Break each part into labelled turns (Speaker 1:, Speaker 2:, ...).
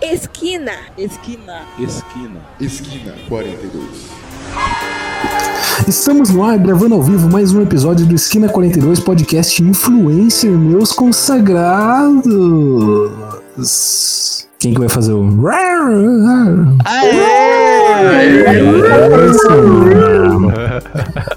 Speaker 1: Esquina.
Speaker 2: Esquina.
Speaker 3: Esquina.
Speaker 4: Esquina 42.
Speaker 5: Estamos no ar gravando ao vivo mais um episódio do Esquina 42 podcast Influencer Meus Consagrados. Quem que vai fazer o. É isso mesmo.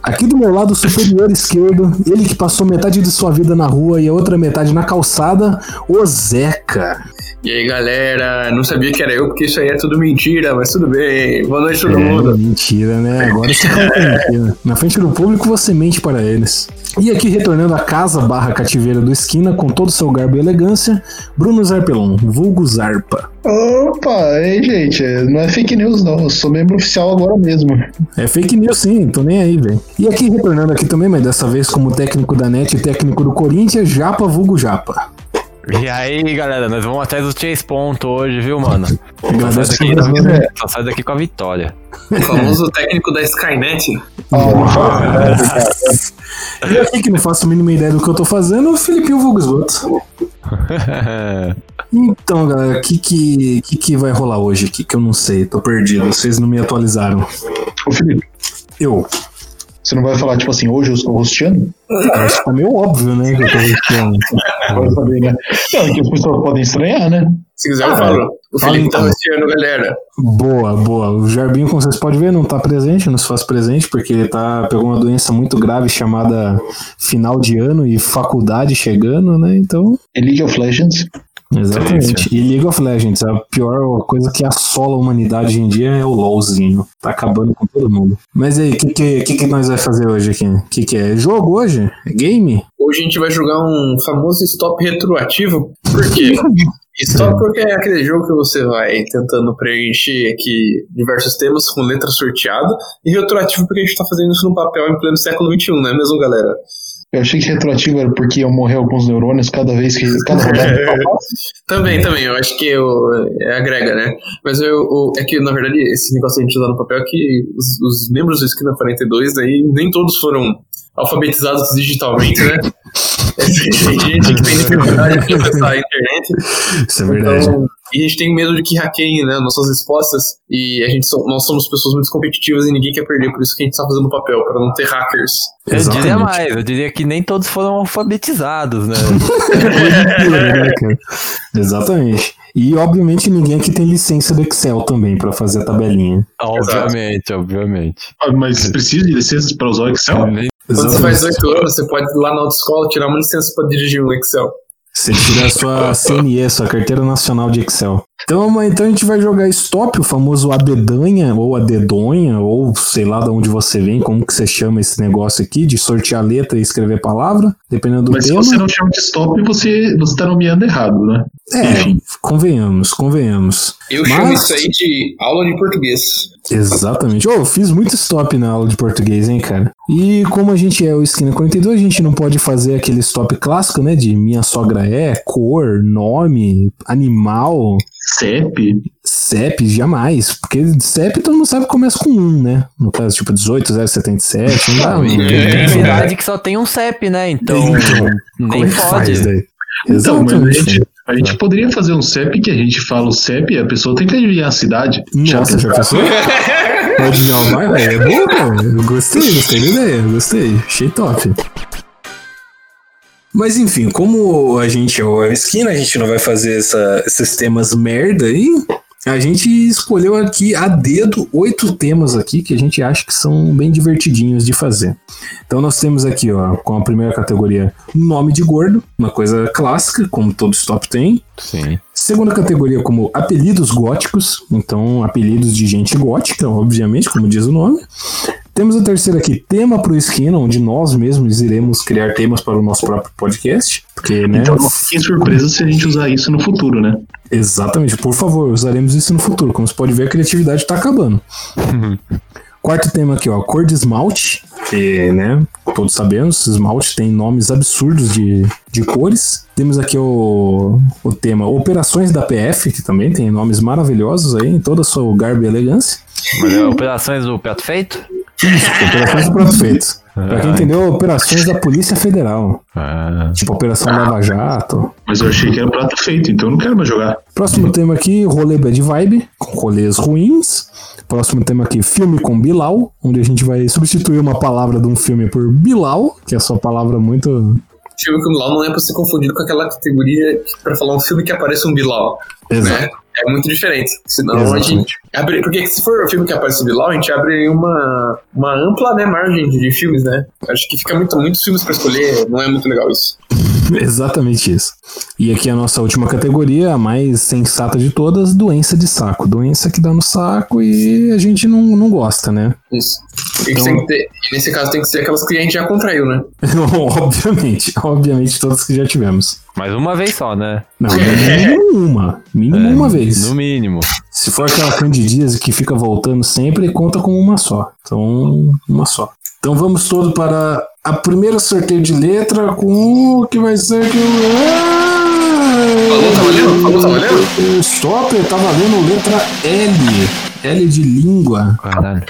Speaker 5: Aqui do meu lado superior esquerdo, ele que passou metade de sua vida na rua e a outra metade na calçada, o Zeca.
Speaker 6: E aí galera, não sabia que era eu porque isso aí é tudo mentira, mas tudo bem. Boa noite todo
Speaker 5: É,
Speaker 6: mundo.
Speaker 5: mentira, né? Agora você fala que é mentira. Na frente do público você mente para eles. E aqui retornando à casa barra cativeira do Esquina com todo o seu garbo e elegância, Bruno Zarpelon, vulgo Zarpa.
Speaker 4: Opa, ei, gente, não é fake news não, eu sou membro oficial agora mesmo.
Speaker 5: É fake news sim, tô nem aí, velho. E aqui retornando aqui também, mas dessa vez como técnico da NET e técnico do Corinthians, Japa vulgo Japa.
Speaker 7: E aí, galera, nós vamos atrás dos três pontos hoje, viu, mano? Só sai
Speaker 5: Agradeço
Speaker 7: daqui,
Speaker 5: por mais uma-
Speaker 7: é só sai daqui com a vitória.
Speaker 6: O famoso técnico da Skynet.
Speaker 4: Ó, não fala-
Speaker 5: E aqui que não faço a mínima ideia do que eu tô fazendo, o Filipinho vulgo Esgoto. Então, galera, o que que, que que vai rolar hoje aqui que eu não sei, tô perdido, vocês não me atualizaram.
Speaker 4: Ô, Felipe,
Speaker 5: Eu,
Speaker 4: você não vai falar tipo assim, hoje eu estou rosteando?
Speaker 5: Ah, Isso tá meio óbvio, né? Que eu tô respondendo.
Speaker 4: Vai saber, né? Não, é que as pessoas podem estranhar, né?
Speaker 6: Se quiser, eu falo. O
Speaker 5: Ah, Fala
Speaker 6: Felipe tá
Speaker 5: então.
Speaker 6: rosteando, galera.
Speaker 5: boa, boa. O Jarbinho, como vocês podem ver, não tá presente, não se faz presente, porque ele tá, pegou uma doença muito grave chamada final de ano e faculdade chegando, né? Então.
Speaker 4: É League of Legends.
Speaker 5: Exatamente. E League of Legends, a pior coisa que assola a humanidade hoje em dia é o LOLzinho. Tá acabando com todo mundo. Mas aí, o que, que, que, que nós vai fazer hoje aqui? O que, que é? Jogo hoje? É game?
Speaker 6: Hoje a gente vai jogar um famoso stop retroativo. Por quê? Stop porque é aquele jogo que você vai tentando preencher aqui diversos temas com letra sorteada. E retroativo porque a gente tá fazendo isso no papel em pleno século XXI, não é mesmo, galera?
Speaker 4: Eu achei que retroativo era porque iam morrer alguns neurônios cada vez que. Cada rodada.
Speaker 6: Também, também, eu acho que eu, é, agrega, né? Mas eu, o- é que, na verdade, esse negócio que a gente usar no papel é que os, os membros do Esquina 42, daí, né, nem todos foram alfabetizados digitalmente, né? Tem gente que tem dificuldade de acessar a internet. né?
Speaker 5: Isso é
Speaker 6: Então, e a gente tem medo de que hackeiem né, nossas respostas. E a gente so- nós somos pessoas muito competitivas e ninguém quer perder, por isso que a gente tá fazendo papel, pra não ter hackers.
Speaker 7: Eu diria
Speaker 5: Exatamente.
Speaker 7: mais, eu diria que nem todos foram alfabetizados, né?
Speaker 5: Né, cara? Exatamente. E obviamente ninguém aqui tem licença do Excel também pra fazer a tabelinha.
Speaker 7: obviamente, obviamente.
Speaker 8: Ah, Mas precisa de licença para usar o
Speaker 5: Então,
Speaker 8: Excel?
Speaker 5: é.
Speaker 7: Nem-
Speaker 6: Quando você faz 8 anos, você pode ir lá na autoescola tirar uma licença pra dirigir um Excel.
Speaker 5: Você tira a sua CNE, sua Carteira Nacional de Excel. Então, mas- então a gente vai jogar Stop, o famoso adedanha, ou adedonha, ou sei lá de onde você vem, como que você chama esse negócio aqui, de sortear letra e escrever palavra, dependendo do
Speaker 8: Mas se
Speaker 5: tema.
Speaker 8: você não chama de stop, você, você tá nomeando errado, né?
Speaker 5: É, convenhamos, convenhamos.
Speaker 6: Eu
Speaker 5: Mas-
Speaker 6: chamo isso aí de aula de português.
Speaker 5: Exatamente. Ô, eu fiz muito stop na aula de português, hein, cara? E como a gente é o Esquina 42, a gente não pode fazer aquele stop clássico, né? De minha sogra é, cor, nome, animal,
Speaker 8: CEP.
Speaker 5: CEP, jamais. Porque CEP todo mundo sabe que começa com 1, né? No caso, tipo, 18077, não
Speaker 8: É
Speaker 5: dá, não
Speaker 7: Tem
Speaker 5: tem-
Speaker 7: cidade que só tem um CEP, né? Então,
Speaker 5: Como
Speaker 7: nem
Speaker 5: é que faz
Speaker 7: pode.
Speaker 5: daí?
Speaker 8: Então, mas a
Speaker 5: Exatamente.
Speaker 8: gente, a gente poderia fazer um CEP que a gente fala o CEP e a pessoa tenta adivinhar a cidade.
Speaker 5: Nossa, já pensou?
Speaker 8: pensou?
Speaker 5: Pode não, vai, vai. É bom, pô. Eu Gostei, gostei da ideia, gostei. Achei top. Mas enfim, como a gente é o esquina, a gente não vai fazer essa- esses temas merda aí. A gente escolheu aqui a dedo oito temas aqui que a gente acha que são bem divertidinhos de fazer. Então nós temos aqui, ó, com a primeira categoria, nome de gordo, uma coisa clássica, como todos top tem.
Speaker 7: Sim.
Speaker 5: Segunda categoria como apelidos góticos, então apelidos de gente gótica, obviamente, como diz o nome. Temos a terceira aqui, tema pro esquina, onde nós mesmos iremos criar temas para o nosso próprio podcast, porque, né?
Speaker 8: Então não fiquem surpresos se a gente usar isso no futuro, né?
Speaker 5: Exatamente, por favor, usaremos isso no futuro. Como você pode ver, a criatividade tá acabando. Quarto tema aqui, ó, cor de esmalte, que, né, todos sabemos, esmalte tem nomes absurdos de, de cores. Temos aqui o, o tema operações da PF, que também tem nomes maravilhosos aí, em toda a sua garbo e elegância.
Speaker 7: Mas, é, operações do prato feito?
Speaker 5: Operações do Prato Feito. Pra quem entendeu, operações da Polícia Federal.
Speaker 7: Ah,
Speaker 5: Tipo, Operação Lava Jato.
Speaker 8: Mas eu achei que era prato feito, então eu não quero mais jogar.
Speaker 5: Próximo tema aqui, rolê bad vibe, com rolês ruins. Próximo tema aqui, filme com Bilal, onde a gente vai substituir uma palavra de um filme por Bilal, que é só palavra muito...
Speaker 6: Filme com Bilal não é pra ser confundido com aquela categoria pra falar um filme que aparece um Bilal, né? É muito diferente. Senão a gente
Speaker 5: Exatamente.
Speaker 6: abre. Porque se for o filme que aparece o Bilal, a gente abre uma, uma ampla né, margem de, de filmes, né? Acho que fica muito, muitos filmes pra escolher, não é muito legal isso.
Speaker 5: Exatamente isso. E aqui é a nossa última categoria, a mais sensata de todas, doença de saco. Doença que dá no saco e a gente não, não gosta, né?
Speaker 6: Isso. E, que
Speaker 5: Então-
Speaker 6: tem que ter- e nesse caso tem que ser aquelas que a gente já contraiu, né?
Speaker 5: obviamente, obviamente todas que já tivemos.
Speaker 7: mas uma vez só, né?
Speaker 5: Não, é mínimo uma. Mínimo uma vez.
Speaker 7: No mínimo.
Speaker 5: Se for aquela candidíase que fica voltando sempre, conta com uma só. Então, uma só. Então vamos todo para a primeira sorteio de letra com o que vai ser que o.
Speaker 6: Falou, tá valendo? Falou, tá
Speaker 5: valendo? Stop, tá valendo letra L. L de língua.
Speaker 7: Caralho.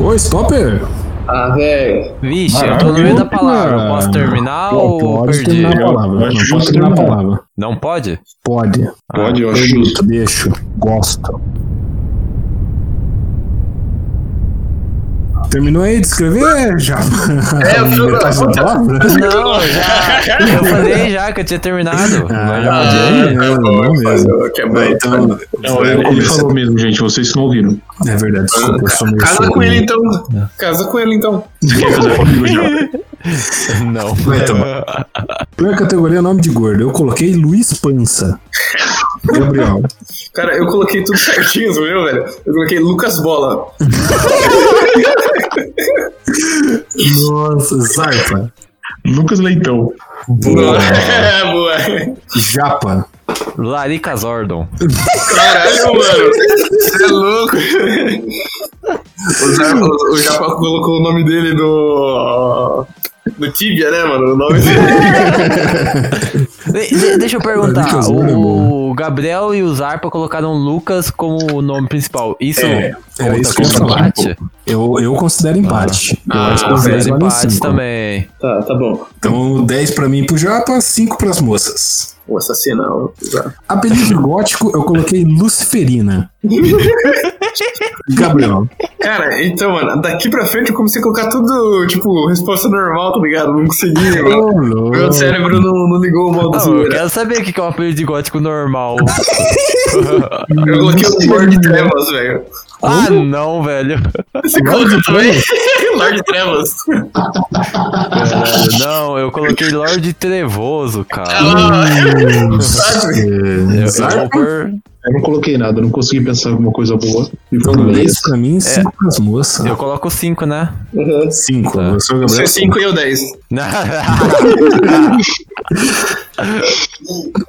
Speaker 5: Ô, Stopper!
Speaker 6: Ah, velho.
Speaker 7: Vixe, eu
Speaker 5: Caralho,
Speaker 7: tô no meio da
Speaker 5: cara.
Speaker 7: palavra. Eu posso terminar ou
Speaker 5: pode
Speaker 7: perdi?
Speaker 5: terminar a
Speaker 8: Eu
Speaker 5: palavra.
Speaker 8: acho
Speaker 5: Não,
Speaker 8: justo
Speaker 5: pode terminar a
Speaker 8: terminar.
Speaker 5: palavra.
Speaker 7: Não pode?
Speaker 5: Pode.
Speaker 8: Pode, eu acho Ah, justo.
Speaker 5: Deixo. Gosto. Terminou aí de escrever? Já.
Speaker 6: É, eu juro,
Speaker 5: Tá
Speaker 6: eu-
Speaker 5: palavra?
Speaker 7: Não, já. Eu falei já que eu tinha terminado. mas já
Speaker 5: Ah,
Speaker 7: podia ir.
Speaker 5: é, não mesmo.
Speaker 6: Eu quebrei.
Speaker 5: Então,
Speaker 8: Não, É ele ele falou mesmo, gente, vocês não ouviram.
Speaker 5: é verdade, desculpa, eu sou meio
Speaker 6: Casa
Speaker 5: surdo,
Speaker 6: com ele
Speaker 5: né?
Speaker 6: então. Casa com ele então.
Speaker 8: Você quer fazer comigo já?
Speaker 7: Não.
Speaker 5: né? Primeira categoria, é nome de gordo. Eu coloquei Luiz Pança. Gabriel.
Speaker 6: Cara, eu coloquei tudo certinho, viu, velho? Eu coloquei Lucas Bola.
Speaker 5: Nossa, Zarpa.
Speaker 8: Lucas Leitão.
Speaker 6: Boa. Boa.
Speaker 5: Japa.
Speaker 7: Larica Zordon.
Speaker 6: Caralho, mano. Você é louco. O Japa, o Japa colocou o nome dele no. No Tibia, né, mano? O nome dele.
Speaker 7: De- de- deixa eu perguntar.
Speaker 5: Larica Zordon é
Speaker 7: O, Gabriel e o Zarpa colocaram Lucas como o nome principal. Isso
Speaker 5: É, era
Speaker 7: conta
Speaker 5: isso que eu ia
Speaker 7: como
Speaker 5: falar.
Speaker 7: empate?
Speaker 5: Eu, eu considero empate. eu
Speaker 6: Ah,
Speaker 5: acho que os
Speaker 6: velho,
Speaker 5: dois
Speaker 7: Considera
Speaker 5: valem
Speaker 7: empate
Speaker 5: cinco.
Speaker 7: também.
Speaker 6: Tá, tá bom.
Speaker 5: Então, 10 pra mim e pro Japa, 5 pras moças.
Speaker 6: O assassino.
Speaker 5: Apelido gótico, eu coloquei Luciferina. Gabriel.
Speaker 6: Cara, então, mano, daqui pra frente eu comecei a colocar tudo, tipo, resposta normal, tá ligado? Não consegui, mano.
Speaker 5: Ô, louco.
Speaker 6: Meu cérebro não, não ligou o modo
Speaker 7: Não, Ah, eu
Speaker 6: zoeira.
Speaker 7: quero saber o que que é um apelido de gótico normal.
Speaker 6: Eu coloquei o Lord Trevas, velho.
Speaker 7: ah, não, velho.
Speaker 6: Você colocou também? Lord Trevas.
Speaker 7: Caralho, não, eu coloquei Lorde Trevoso, cara.
Speaker 6: Sabe?
Speaker 5: É,
Speaker 7: Eu, eu
Speaker 5: Ah, Zarpa,
Speaker 7: vou pôr,
Speaker 8: Eu não coloquei nada, eu não consegui pensar em alguma coisa boa.
Speaker 5: Então, 10 pra
Speaker 7: É.
Speaker 5: mim, 5 pras moças.
Speaker 7: eu coloco 5, né?
Speaker 5: 5.
Speaker 7: Tá.
Speaker 5: Eu sou o
Speaker 6: Você
Speaker 5: Gabriel.
Speaker 6: 5 e eu 10.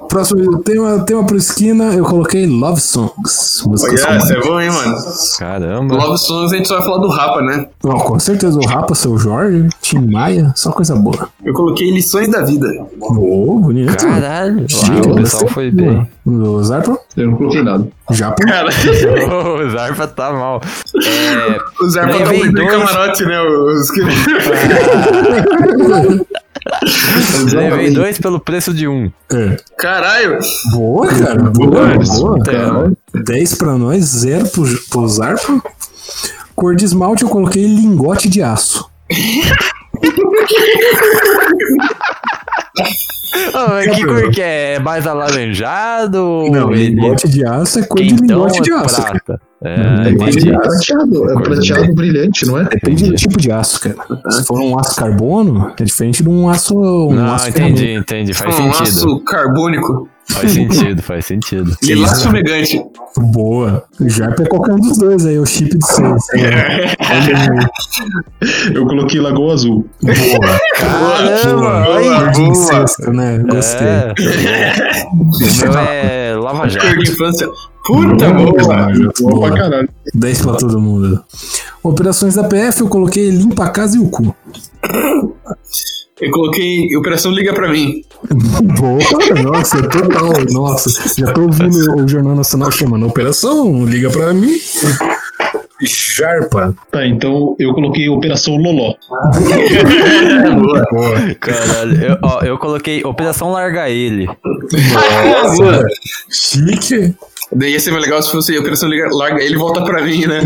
Speaker 5: Próximo tema, tema pro esquina, eu coloquei Love Songs. Música
Speaker 6: Olha, essa é bom, hein, mano?
Speaker 7: Caramba.
Speaker 6: Love Songs a gente só vai falar do Rapa, né?
Speaker 5: Não, com certeza o Rapa, seu Jorge, Tim Maia, só coisa boa.
Speaker 6: Eu coloquei lições da vida.
Speaker 5: Ô, bonito.
Speaker 7: Caralho.
Speaker 5: Chique,
Speaker 7: Uau, o pessoal
Speaker 5: gostei.
Speaker 7: foi bem.
Speaker 5: O Zarpa?
Speaker 8: Eu não coloquei nada.
Speaker 5: Japa?
Speaker 6: Cara,
Speaker 7: o Zarpa tá mal. É,
Speaker 6: o Zé tá
Speaker 7: Levei
Speaker 6: comendo
Speaker 7: dois.
Speaker 6: camarote, né? Os que...
Speaker 7: levei dois pelo preço de um.
Speaker 5: É.
Speaker 6: Caralho!
Speaker 5: Boa, cara. Boa, boa.
Speaker 7: Então,
Speaker 5: 10 pra nós, 0 pro, pro Zarpa. Cor de esmalte eu coloquei lingote de aço.
Speaker 7: ah, mas que cor que é? É mais alaranjado?
Speaker 5: Não,
Speaker 7: Ele-
Speaker 5: lingote de aço é cor de
Speaker 7: Então
Speaker 5: lingote de
Speaker 7: é
Speaker 5: aço. cara.
Speaker 7: prata. É,
Speaker 5: Lingote
Speaker 7: entendi.
Speaker 5: de aço.
Speaker 8: prateado, é prateado brilhante, não é?
Speaker 5: Depende do tipo de aço, cara. Se for um aço carbono, é diferente de um aço. Um
Speaker 7: Não,
Speaker 5: aço
Speaker 7: entendi, entendi. Faz
Speaker 6: um
Speaker 7: sentido.
Speaker 6: laço carbônico.
Speaker 7: Faz sentido, faz sentido.
Speaker 6: E laço fumegante.
Speaker 5: ferramental. Boa. O Jarpa é qualquer um dos dois aí, o chip de seis. né?
Speaker 8: Eu coloquei Lagoa Azul.
Speaker 5: É. Boa.
Speaker 7: Caramba!
Speaker 6: Boa,
Speaker 5: Jardim
Speaker 6: boa.
Speaker 5: sexto, né? Gostei.
Speaker 7: É. O meu é Lava
Speaker 6: Cor
Speaker 7: Jato.
Speaker 6: de infância. Puta Tá boa!
Speaker 8: Boa
Speaker 5: Boa.
Speaker 8: pra caralho.
Speaker 5: 10 pra todo mundo. Operações da PF, eu coloquei limpa a casa e o cu.
Speaker 6: Eu coloquei Operação Liga Pra Mim.
Speaker 5: Boa, nossa, total. Nossa, já tô ouvindo o Jornal Nacional chamando Operação, liga pra mim. Jarpa.
Speaker 8: Tá, então eu coloquei Operação Loló.
Speaker 6: Boa.
Speaker 7: Caralho, eu, ó, eu coloquei Operação Larga Ele.
Speaker 6: Boa.
Speaker 5: Chique.
Speaker 6: Daí ia ser mais legal se fosse Operação Liga Larga, ele volta pra mim, né?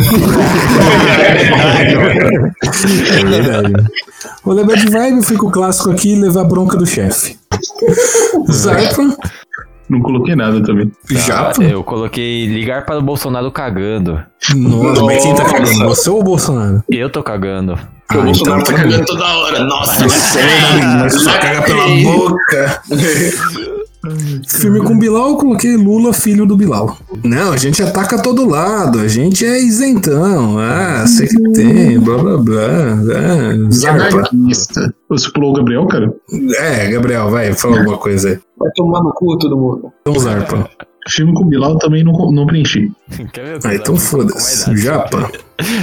Speaker 5: É verdade. Vou levar de vibe, fica o clássico aqui e levar a bronca do chefe. Zarpa,
Speaker 8: Não coloquei nada também.
Speaker 6: É.
Speaker 5: japa.
Speaker 7: Eu coloquei ligar para o Bolsonaro cagando.
Speaker 5: Nossa, mas quem tá cagando? Você ou o Bolsonaro?
Speaker 7: Eu tô cagando.
Speaker 6: o
Speaker 5: Ah,
Speaker 6: Bolsonaro tá
Speaker 5: então tá bom.
Speaker 6: cagando toda hora. Nossa, mas
Speaker 5: Mas só caga pela boca. Filme com Bilal, eu coloquei Lula, filho do Bilal. Não, a gente ataca todo lado, a gente é isentão. Ah, sei que tem, blá blá blá. Ah, zarpa.
Speaker 8: Anarquista. Você pulou o Gabriel, cara?
Speaker 5: É, Gabriel, vai, fala alguma coisa aí.
Speaker 6: vai tomar no cu todo mundo.
Speaker 5: Então, zarpa.
Speaker 8: Filme com Bilal também não, não preenchi.
Speaker 7: Quer ver o que
Speaker 5: Ah,
Speaker 7: dá?
Speaker 5: então foda-se.
Speaker 7: Vai dar.
Speaker 5: Japa.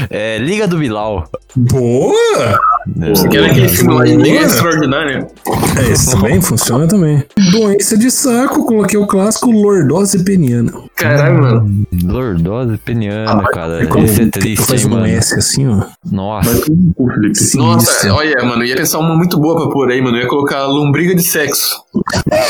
Speaker 7: É, Liga do Bilal.
Speaker 5: Boa!
Speaker 6: Você quer aquele filme lá em Liga Extraordinária?
Speaker 5: É, isso também funciona também. Doença de saco, coloquei o clássico lordose peniana.
Speaker 6: Caralho, mano.
Speaker 7: Lordose peniana, cara.
Speaker 5: Ah, Como
Speaker 7: Esse é
Speaker 5: tem
Speaker 7: triste,
Speaker 5: faz
Speaker 7: hein,
Speaker 5: um
Speaker 7: mano.
Speaker 5: S assim, ó.
Speaker 7: Nossa.
Speaker 8: Vai com o cu, Felipe.
Speaker 6: Nossa,
Speaker 5: Sinistro.
Speaker 6: olha, mano, ia pensar uma muito boa pra pôr aí, mano. Eu ia colocar lombriga de sexo.
Speaker 7: Porra!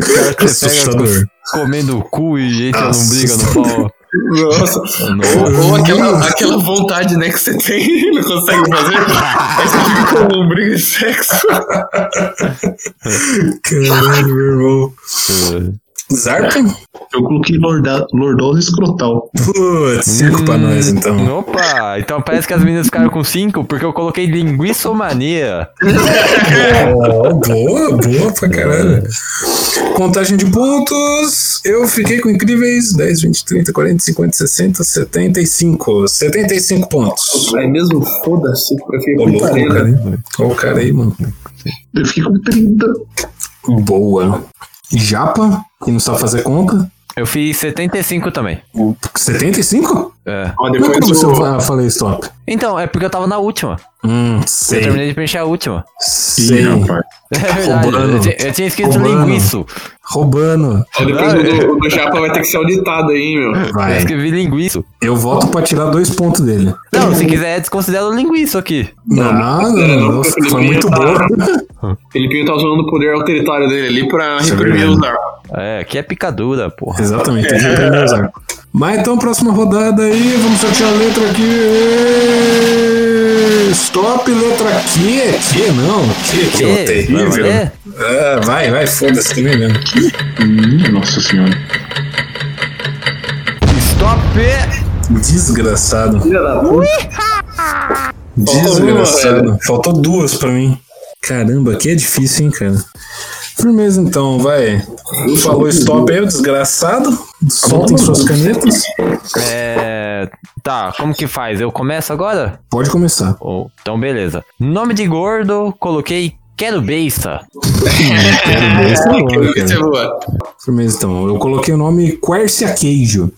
Speaker 7: Cara, que você pega
Speaker 5: Assustador.
Speaker 7: co- comendo o cu e entra a lombriga no pau.
Speaker 6: Nossa.
Speaker 7: Nossa.
Speaker 6: Ou, ou aquela, aquela vontade, né, que você tem e não consegue fazer. Aí você fica com lombriga de sexo.
Speaker 5: Caralho, meu irmão. Zarpa?
Speaker 8: Eu coloquei lorda, lordose escrotal.
Speaker 5: Putz, cinco
Speaker 7: Hum,
Speaker 5: pra nós então.
Speaker 7: Opa, então parece que as meninas ficaram com cinco porque eu coloquei linguiçomania.
Speaker 5: Ó, boa, boa pra caralho. Contagem de pontos. Eu fiquei com incríveis 10, 20, 30, 40, 50, 60, 75. 75 pontos.
Speaker 6: É mesmo? Foda-se. Eu fiquei
Speaker 5: Ô,
Speaker 6: com
Speaker 5: louco, o cara
Speaker 6: pena.
Speaker 5: aí. Ó, o cara aí, mano.
Speaker 8: Eu fiquei com 30.
Speaker 5: Boa. Japa, que não sabe fazer conta.
Speaker 7: Eu fiz 75 também.
Speaker 5: 75?
Speaker 7: É.
Speaker 6: Ó,
Speaker 5: Mas
Speaker 6: Ah,
Speaker 5: como
Speaker 6: depois
Speaker 5: você
Speaker 6: eu
Speaker 5: fa- falei stop?
Speaker 7: Então, é porque eu tava na última.
Speaker 5: Hum,
Speaker 7: Eu
Speaker 5: sei.
Speaker 7: terminei de preencher a última.
Speaker 5: Sei.
Speaker 7: É verdade.
Speaker 5: Roubando.
Speaker 7: Eu, tinha- eu tinha escrito
Speaker 5: Roubando.
Speaker 7: linguiço.
Speaker 5: Roubando.
Speaker 6: Ó, depois o
Speaker 5: Ah,
Speaker 6: do, o
Speaker 5: é.
Speaker 6: do Japa vai ter que ser auditado aí, meu.
Speaker 7: Eu
Speaker 5: Vai.
Speaker 7: escrevi linguiço.
Speaker 5: Eu voto pra tirar dois pontos dele.
Speaker 7: Não, se quiser, desconsidera o linguiço aqui.
Speaker 5: Não, não,
Speaker 6: não, não,
Speaker 5: nossa,
Speaker 6: porque
Speaker 5: foi
Speaker 6: ele
Speaker 5: muito
Speaker 6: tá-
Speaker 5: boa.
Speaker 6: Felipinho tá usando o poder autoritário dele ali pra
Speaker 5: Isso é
Speaker 6: reprimir
Speaker 5: verdade.
Speaker 6: os ar.
Speaker 7: É, aqui é picadura, porra.
Speaker 5: Exatamente, é tem que aprender a usar. Mas então, próxima rodada aí, vamos sortear a letra aqui. Stop, letra Q. Q não, Q, Q é
Speaker 7: Que? Vai
Speaker 5: terrível.
Speaker 7: valer?
Speaker 5: Ah, vai, vai, foda-se que nem mesmo.
Speaker 8: Minha nossa senhora.
Speaker 7: Stop!
Speaker 5: Desgraçado. Desgraçado. Faltou duas pra mim. Caramba, que é difícil, hein, cara. Firmeza então, vai. Falou stop aí, o desgraçado. Soltem suas canetas.
Speaker 7: É. Tá, como que faz? Eu começo agora?
Speaker 5: Pode começar.
Speaker 7: Ou- então, beleza. Nome de gordo, coloquei quero beiça.
Speaker 5: Esse é bom,
Speaker 6: Isso
Speaker 5: cara.
Speaker 6: é boa.
Speaker 5: Firmeza, então. Eu coloquei o nome Quercia Queijo.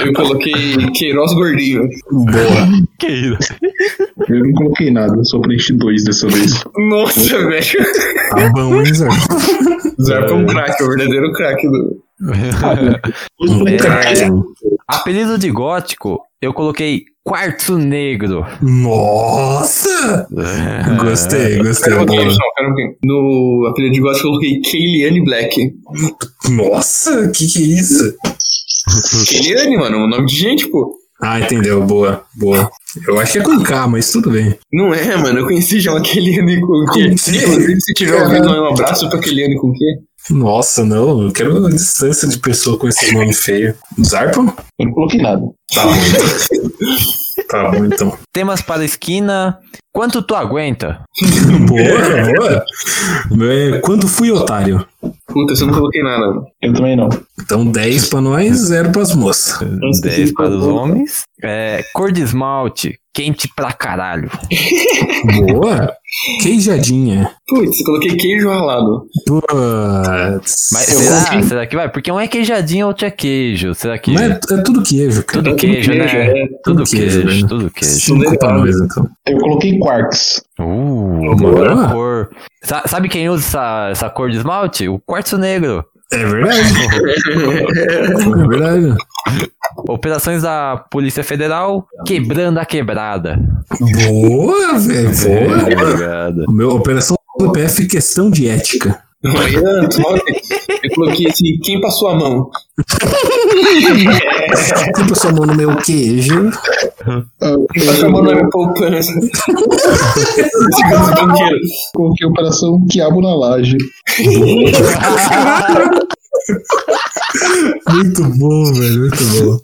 Speaker 6: Eu coloquei Queiroz Gordinho.
Speaker 7: Que isso?
Speaker 8: Eu não coloquei nada, só preenchi dois dessa vez.
Speaker 6: Nossa, velho.
Speaker 5: Tá bom, hein, Zé?
Speaker 6: Zarpa é um craque, o verdadeiro craque do.
Speaker 8: É,
Speaker 5: é?
Speaker 7: Apelido de gótico, eu coloquei quartzo negro.
Speaker 5: Nossa! Gostei, gostei.
Speaker 6: Pera um pouquinho,
Speaker 5: boa.
Speaker 6: só, pera um pouquinho. No apelido de gosto eu coloquei Keiliane Black.
Speaker 5: Nossa, que que é isso?
Speaker 6: Keiliane, mano, um nome de gente, pô.
Speaker 5: Ah, entendeu. Boa, boa. Eu acho que é com K, mas tudo bem.
Speaker 6: Não é, mano, eu conheci já uma Keiliane com o quê?
Speaker 5: Com quê?
Speaker 6: Inclusive, se tiver ouvindo, um abraço pra Keiliane com o quê?
Speaker 5: Nossa, não. Eu quero uma distância de pessoa com esse nome feio. Zarpa?
Speaker 8: Eu não coloquei nada.
Speaker 5: Tá bom, então. Tá bom, então.
Speaker 7: Temas para esquina, quanto tu aguenta?
Speaker 5: Boa, boa. É, quando fui otário?
Speaker 6: Puta, eu não coloquei nada. mano.
Speaker 8: Eu também não.
Speaker 5: Então 10 pra nós, 0 pras moças.
Speaker 6: Nossa,
Speaker 7: 10 para os homens É, cor de esmalte, quente pra caralho.
Speaker 5: Boa! Queijadinha.
Speaker 6: Putz, coloquei queijo ralado.
Speaker 5: Putz.
Speaker 7: Mas
Speaker 6: Eu
Speaker 7: será,
Speaker 6: confio.
Speaker 7: será que vai? Porque um é queijadinha, outro é queijo. Será que.
Speaker 5: Mas é, é tudo queijo, cara.
Speaker 7: tudo
Speaker 6: tudo
Speaker 7: queijo,
Speaker 6: queijo,
Speaker 7: né?
Speaker 6: é.
Speaker 7: Tudo
Speaker 5: Tudo queijo,
Speaker 7: queijo,
Speaker 5: né?
Speaker 7: tudo queijo.
Speaker 5: Cinco pra
Speaker 6: legal.
Speaker 5: nós, então.
Speaker 4: Eu coloquei quarks.
Speaker 7: Uh,
Speaker 5: Boa.
Speaker 7: uma cor. Sa- Sabe quem usa essa, essa cor de esmalte? O quartzo negro.
Speaker 5: É verdade. é verdade.
Speaker 7: Operações da Polícia Federal quebrando a quebrada.
Speaker 5: Boa,
Speaker 7: É.
Speaker 5: velho. Boa.
Speaker 7: Obrigado.
Speaker 5: O meu, Operação PF questão de ética.
Speaker 6: Olha, top. Eu coloquei assim, quem passou a mão?
Speaker 5: Quem passou a mão no meu queijo?
Speaker 6: Quem passou a mão na minha poupança? Segundo o banqueiro.
Speaker 4: Coloquei Operação Quiabo na Laje.
Speaker 5: Muito bom, velho. Muito bom.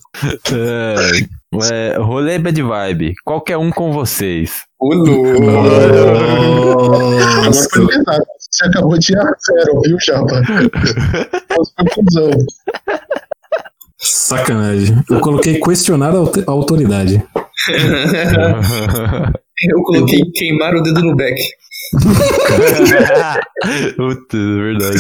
Speaker 7: É, é, rolê bad vibe. Qualquer um com vocês.
Speaker 6: Ô, louco.
Speaker 4: Agora
Speaker 5: Nossa.
Speaker 4: foi pesado. Você acabou de ir a zero, viu, Japa? Mas foi cuzão.
Speaker 5: Sacanagem. Eu coloquei questionar a aut- a autoridade.
Speaker 6: Eu coloquei queimar o dedo no back.
Speaker 7: Putz, é verdade.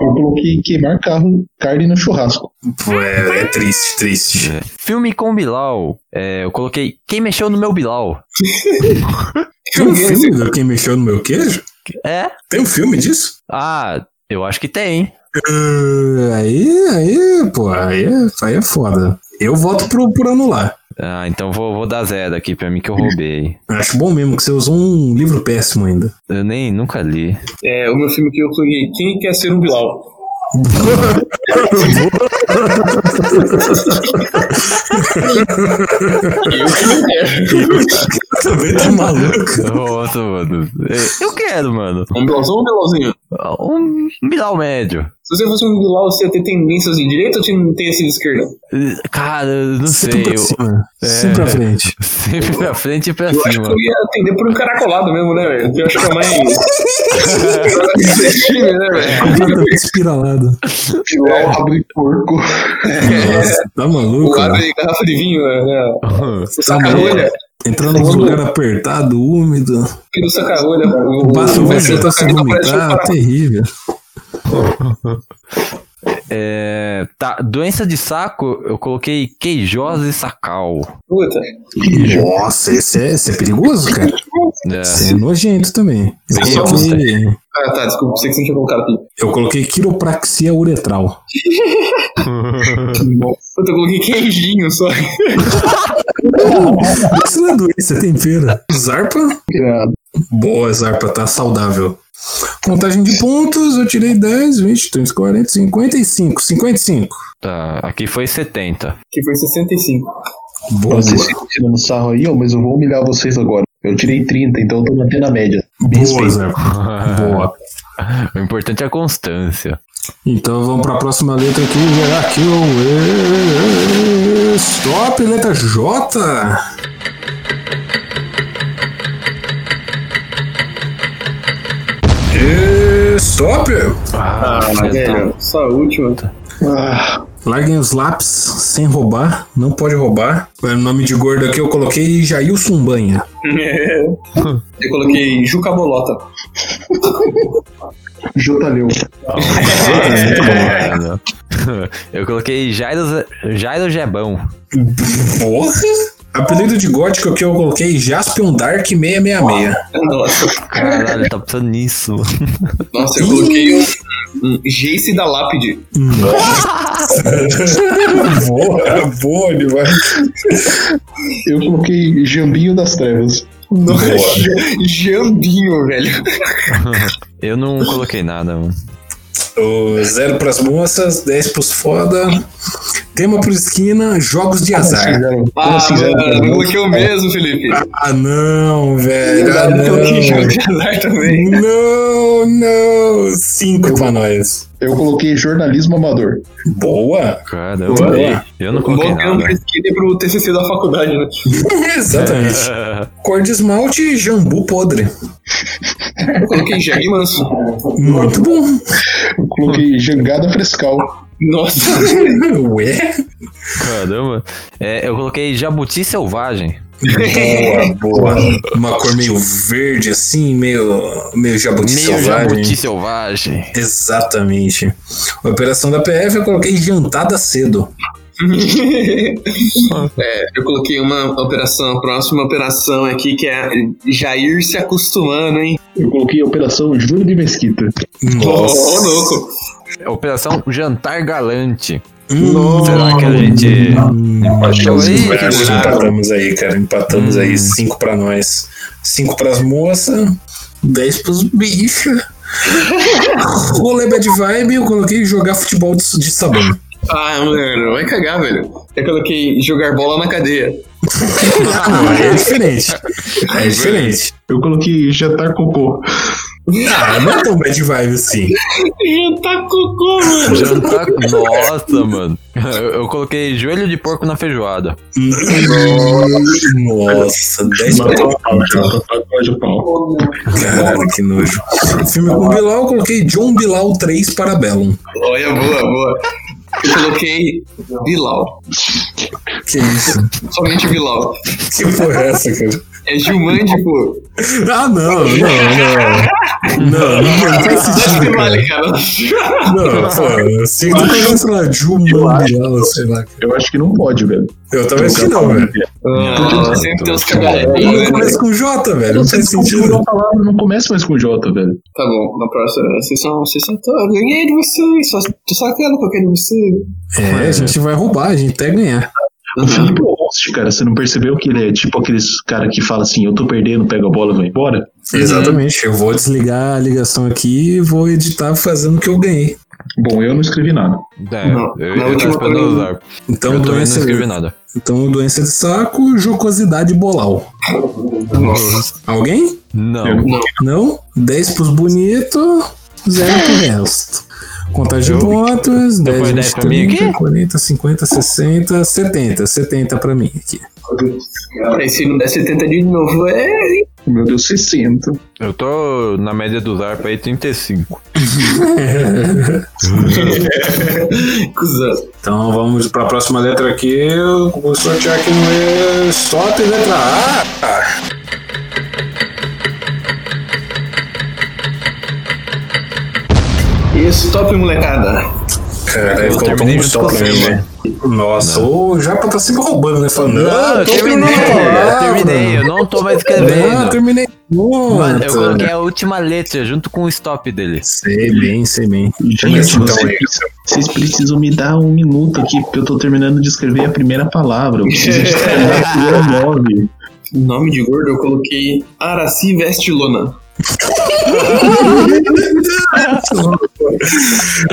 Speaker 4: Eu coloquei queimar carro, carne no churrasco.
Speaker 5: Pô, é, é triste, triste.
Speaker 7: Filme com Bilal. É, eu coloquei Quem Mexeu no Meu Bilal.
Speaker 5: Tem um filme do Quem Mexeu no Meu Queijo?
Speaker 7: É?
Speaker 5: Tem um filme disso?
Speaker 7: Ah, eu acho que tem.
Speaker 5: Ah, aí, aí, pô, aí é, aí é foda. Eu voto pro, por anular.
Speaker 7: Ah, então vou, vou dar zero aqui pra mim que eu roubei.
Speaker 5: Acho bom mesmo que você usou um livro péssimo ainda.
Speaker 7: Eu nem nunca li.
Speaker 6: É, o meu filme que eu coloquei, quem quer ser um Bilal?
Speaker 5: Também tá maluco.
Speaker 7: Nossa, mano. Eu eu quero, mano.
Speaker 6: Um Bilalzão ou um Bilalzinho?
Speaker 7: Um Bilal médio.
Speaker 6: Se você fosse um Bilal, você ia ter tendências de direita ou tinha tendência de esquerda?
Speaker 7: Cara, eu não
Speaker 5: Sempre
Speaker 7: sei. Eu,
Speaker 5: pra
Speaker 7: é.
Speaker 5: cima. Sempre pra frente.
Speaker 7: sempre pra frente e pra
Speaker 6: Eu acho que
Speaker 7: cima.
Speaker 6: eu ia atender por um caracolado mesmo, né, velho? Eu acho que é mais. Esse time, né, velho?
Speaker 5: Completamente espiralado.
Speaker 4: Pilar, rabo de porco.
Speaker 5: Nossa, tá
Speaker 6: O
Speaker 5: maluco?
Speaker 6: lado
Speaker 5: cara?
Speaker 6: de garrafa de vinho, né? O
Speaker 5: Tá
Speaker 6: saca-rolha.
Speaker 5: Entrando num lugar apertado, úmido.
Speaker 6: Que do saca-rolha. né?
Speaker 5: O baço vai
Speaker 6: Marcelo
Speaker 5: sentar se
Speaker 6: Sacarolha parece um
Speaker 5: vomitar.
Speaker 6: cara-
Speaker 5: Terrível.
Speaker 7: É, tá, doença de saco, eu coloquei queijosa e sacal.
Speaker 6: Puta.
Speaker 5: Nossa, esse é, esse é perigoso, cara.
Speaker 7: É.
Speaker 5: Esse é nojento também. Eu
Speaker 7: Sim, eu
Speaker 5: coloquei,
Speaker 6: Ah, tá, desculpa, sei que você não tinha colocado aqui.
Speaker 5: eu coloquei quiropraxia uretral.
Speaker 6: Puta, eu coloquei queijinho só.
Speaker 5: Isso não é doença, é tempera. Zarpa?
Speaker 4: Irado.
Speaker 5: Boa, Zarpa, tá saudável. Contagem de pontos, eu tirei 10, 20, 30, 40, 55, 55.
Speaker 7: Tá, aqui foi 70.
Speaker 6: Que foi 65.
Speaker 5: Boa,
Speaker 4: Vocês ficam tirando sarro aí, ó, mas eu vou humilhar vocês agora. Eu tirei 30, então eu tô mantendo a média. Me
Speaker 5: boa,
Speaker 4: respeita.
Speaker 5: Zarpa. Boa.
Speaker 7: O importante é a constância.
Speaker 5: Então vamos para a próxima letra aqui, gerar aqui o stop, letra J. E- Stop!
Speaker 6: Ah,
Speaker 7: tá.
Speaker 6: velho. Só a última.
Speaker 4: Ah,
Speaker 5: Larguem os lápis sem roubar, não pode roubar. É O nome de gordo aqui eu coloquei Jailson Banha.
Speaker 6: É. Eu coloquei Juca Bolota.
Speaker 4: Jotaleu.
Speaker 7: É, né? Eu coloquei Jairo, Ze- Jairo Gebão.
Speaker 5: Porra! Apelido de gótico aqui eu coloquei Jaspion Dark 666.
Speaker 6: Nossa.
Speaker 7: Caralho, tá pensando nisso.
Speaker 6: Nossa, eu coloquei um, um Jace da Lápide.
Speaker 5: boa, boa, ele vai.
Speaker 4: Eu coloquei Jambinho das Trevas.
Speaker 6: Nossa, Jambinho, velho.
Speaker 7: Eu não coloquei nada, mano.
Speaker 5: O Então, zero pras moças, 10 pros foda. Tema pro esquina, jogos de azar.
Speaker 4: Fizeram- Como
Speaker 6: Ah,
Speaker 4: assim, zero?
Speaker 6: mano, eu coloquei o mesmo, Felipe.
Speaker 5: Ah não, velho. Ah,
Speaker 6: eu coloquei jogo de
Speaker 5: não.
Speaker 6: azar também.
Speaker 5: Não, não. 5 pra nós.
Speaker 4: Eu coloquei jornalismo amador.
Speaker 5: Boa.
Speaker 7: Caramba,
Speaker 5: Boa.
Speaker 7: eu não coloquei
Speaker 6: Bom campo
Speaker 7: nada.
Speaker 6: esquina pro TCC da faculdade, né?
Speaker 5: Exatamente. Cor de esmalte, jambu podre.
Speaker 6: Eu coloquei Jack Manso.
Speaker 5: Muito bom.
Speaker 4: Eu coloquei jangada frescal.
Speaker 6: Nossa.
Speaker 5: Ué?
Speaker 7: Caramba. É, eu coloquei jabuti selvagem.
Speaker 5: Boa, boa. Uma cor meio verde, assim, meio, meio jabuti
Speaker 7: Meio
Speaker 5: selvagem.
Speaker 7: jabuti selvagem.
Speaker 5: Exatamente. Operação da PF, eu coloquei jantada cedo.
Speaker 6: É, Eu coloquei uma operação, a próxima operação aqui, que é Jair se acostumando, hein?
Speaker 4: Eu coloquei a Operação Júlio de Mesquita.
Speaker 6: Ô, ô, louco!
Speaker 7: Operação Jantar Galante.
Speaker 5: Nossa.
Speaker 7: Será que a gente.
Speaker 5: Acho que
Speaker 7: Então,
Speaker 5: nós
Speaker 7: aí,
Speaker 5: empatamos,
Speaker 7: cara.
Speaker 5: empatamos aí, cara. Empatamos aí. Cinco pra nós. Cinco pras moças. Dez pros bichos. Rolê bad vibe, eu coloquei jogar futebol de, de sabão.
Speaker 6: Ah, mano, vai cagar, velho. Eu coloquei jogar bola na cadeia.
Speaker 5: Ah, é diferente. É diferente.
Speaker 8: Eu coloquei jantar cocô.
Speaker 5: Ah, não é tão bad vibe assim.
Speaker 6: Jantar cocô, mano!
Speaker 7: é Jantar. Nossa, mano. Eu, eu coloquei joelho de porco na feijoada.
Speaker 5: Nossa, 10 pra
Speaker 8: de pau.
Speaker 5: Cara, que nojo. Filme com Bilal, eu coloquei John Bilal 3 para Bellum.
Speaker 6: Olha, boa, boa. Eu coloquei Bilal.
Speaker 5: Que isso?
Speaker 6: Somente Bilal.
Speaker 5: Que porra é essa, cara?
Speaker 6: É Gilmande, pô.
Speaker 5: Ah, não, não, não. Não, não tem
Speaker 6: Deve
Speaker 5: sentido, cara.
Speaker 6: vale, Ah, cara.
Speaker 5: Não, pô, se tu pegar, sei lá, John Bilal, sei lá. cara.
Speaker 8: Eu acho que não pode, velho.
Speaker 5: Eu também acho que não, velho.
Speaker 6: Porque sempre tem os cabelinhos,
Speaker 5: Ele
Speaker 6: né?
Speaker 5: começa com J, velho. Não
Speaker 8: Você
Speaker 5: tem sentido.
Speaker 8: não palavra, não começa mais com J, velho.
Speaker 6: Tá bom, na próxima. Vocês são. Vocês são. Eu ganhei de vocês. Só, tô sacando qualquer de vocês.
Speaker 5: É, a gente vai roubar, a gente até ganhar.
Speaker 8: O Felipe Host, cara, você não percebeu que ele é tipo aqueles cara que fala assim, eu tô perdendo, pega a bola e vai embora?
Speaker 5: Exatamente. Eu vou desligar a ligação aqui e vou editar fazendo o que eu ganhei.
Speaker 8: Bom, eu não escrevi nada.
Speaker 7: É,
Speaker 6: Não,
Speaker 7: eu,
Speaker 6: na
Speaker 7: eu tô
Speaker 6: última
Speaker 7: esperando
Speaker 6: coisa-
Speaker 7: usar.
Speaker 5: Então,
Speaker 7: eu também não
Speaker 5: doença,
Speaker 7: escrevi nada.
Speaker 5: então, doença de saco, jocosidade bolal.
Speaker 6: Nossa.
Speaker 5: Alguém?
Speaker 7: Não.
Speaker 5: Não? 10 pros bonitos, 0 pro resto. Contagem de pontos, 10,
Speaker 7: foi
Speaker 5: 20,
Speaker 7: 10 pra mim
Speaker 5: 30,
Speaker 7: aqui?
Speaker 5: 40, 50, 60, 70. 70 pra mim aqui.
Speaker 6: Cara, e se não der 70 de novo, é.
Speaker 8: Meu Deus, 60.
Speaker 7: Eu tô na média do Zarp aí 35.
Speaker 6: Cusão.
Speaker 5: Então vamos pra próxima letra aqui. Eu vou sortear aqui no E. Só tem letra A.
Speaker 6: Stop, molecada.
Speaker 5: Cara,
Speaker 7: eu terminei junto com você, mano.
Speaker 5: Nossa, o Japa tá sempre roubando, né? Falando,
Speaker 7: Não, eu
Speaker 5: tô
Speaker 7: terminei, Ah,
Speaker 5: terminando a
Speaker 7: eu
Speaker 5: palavra."
Speaker 7: terminei, eu não tô mais
Speaker 5: Não, eu
Speaker 7: escrevendo.
Speaker 5: terminei.
Speaker 7: Mano, eu
Speaker 5: Puta.
Speaker 7: coloquei a última letra junto com o stop dele.
Speaker 5: Sei bem, sei bem.
Speaker 8: Gente, vocês, vocês precisam me dar um minuto aqui, porque eu tô terminando de escrever a primeira palavra. Eu preciso de escrever a primeira nome.
Speaker 6: Nome de gordo eu coloquei Araci Vestilona.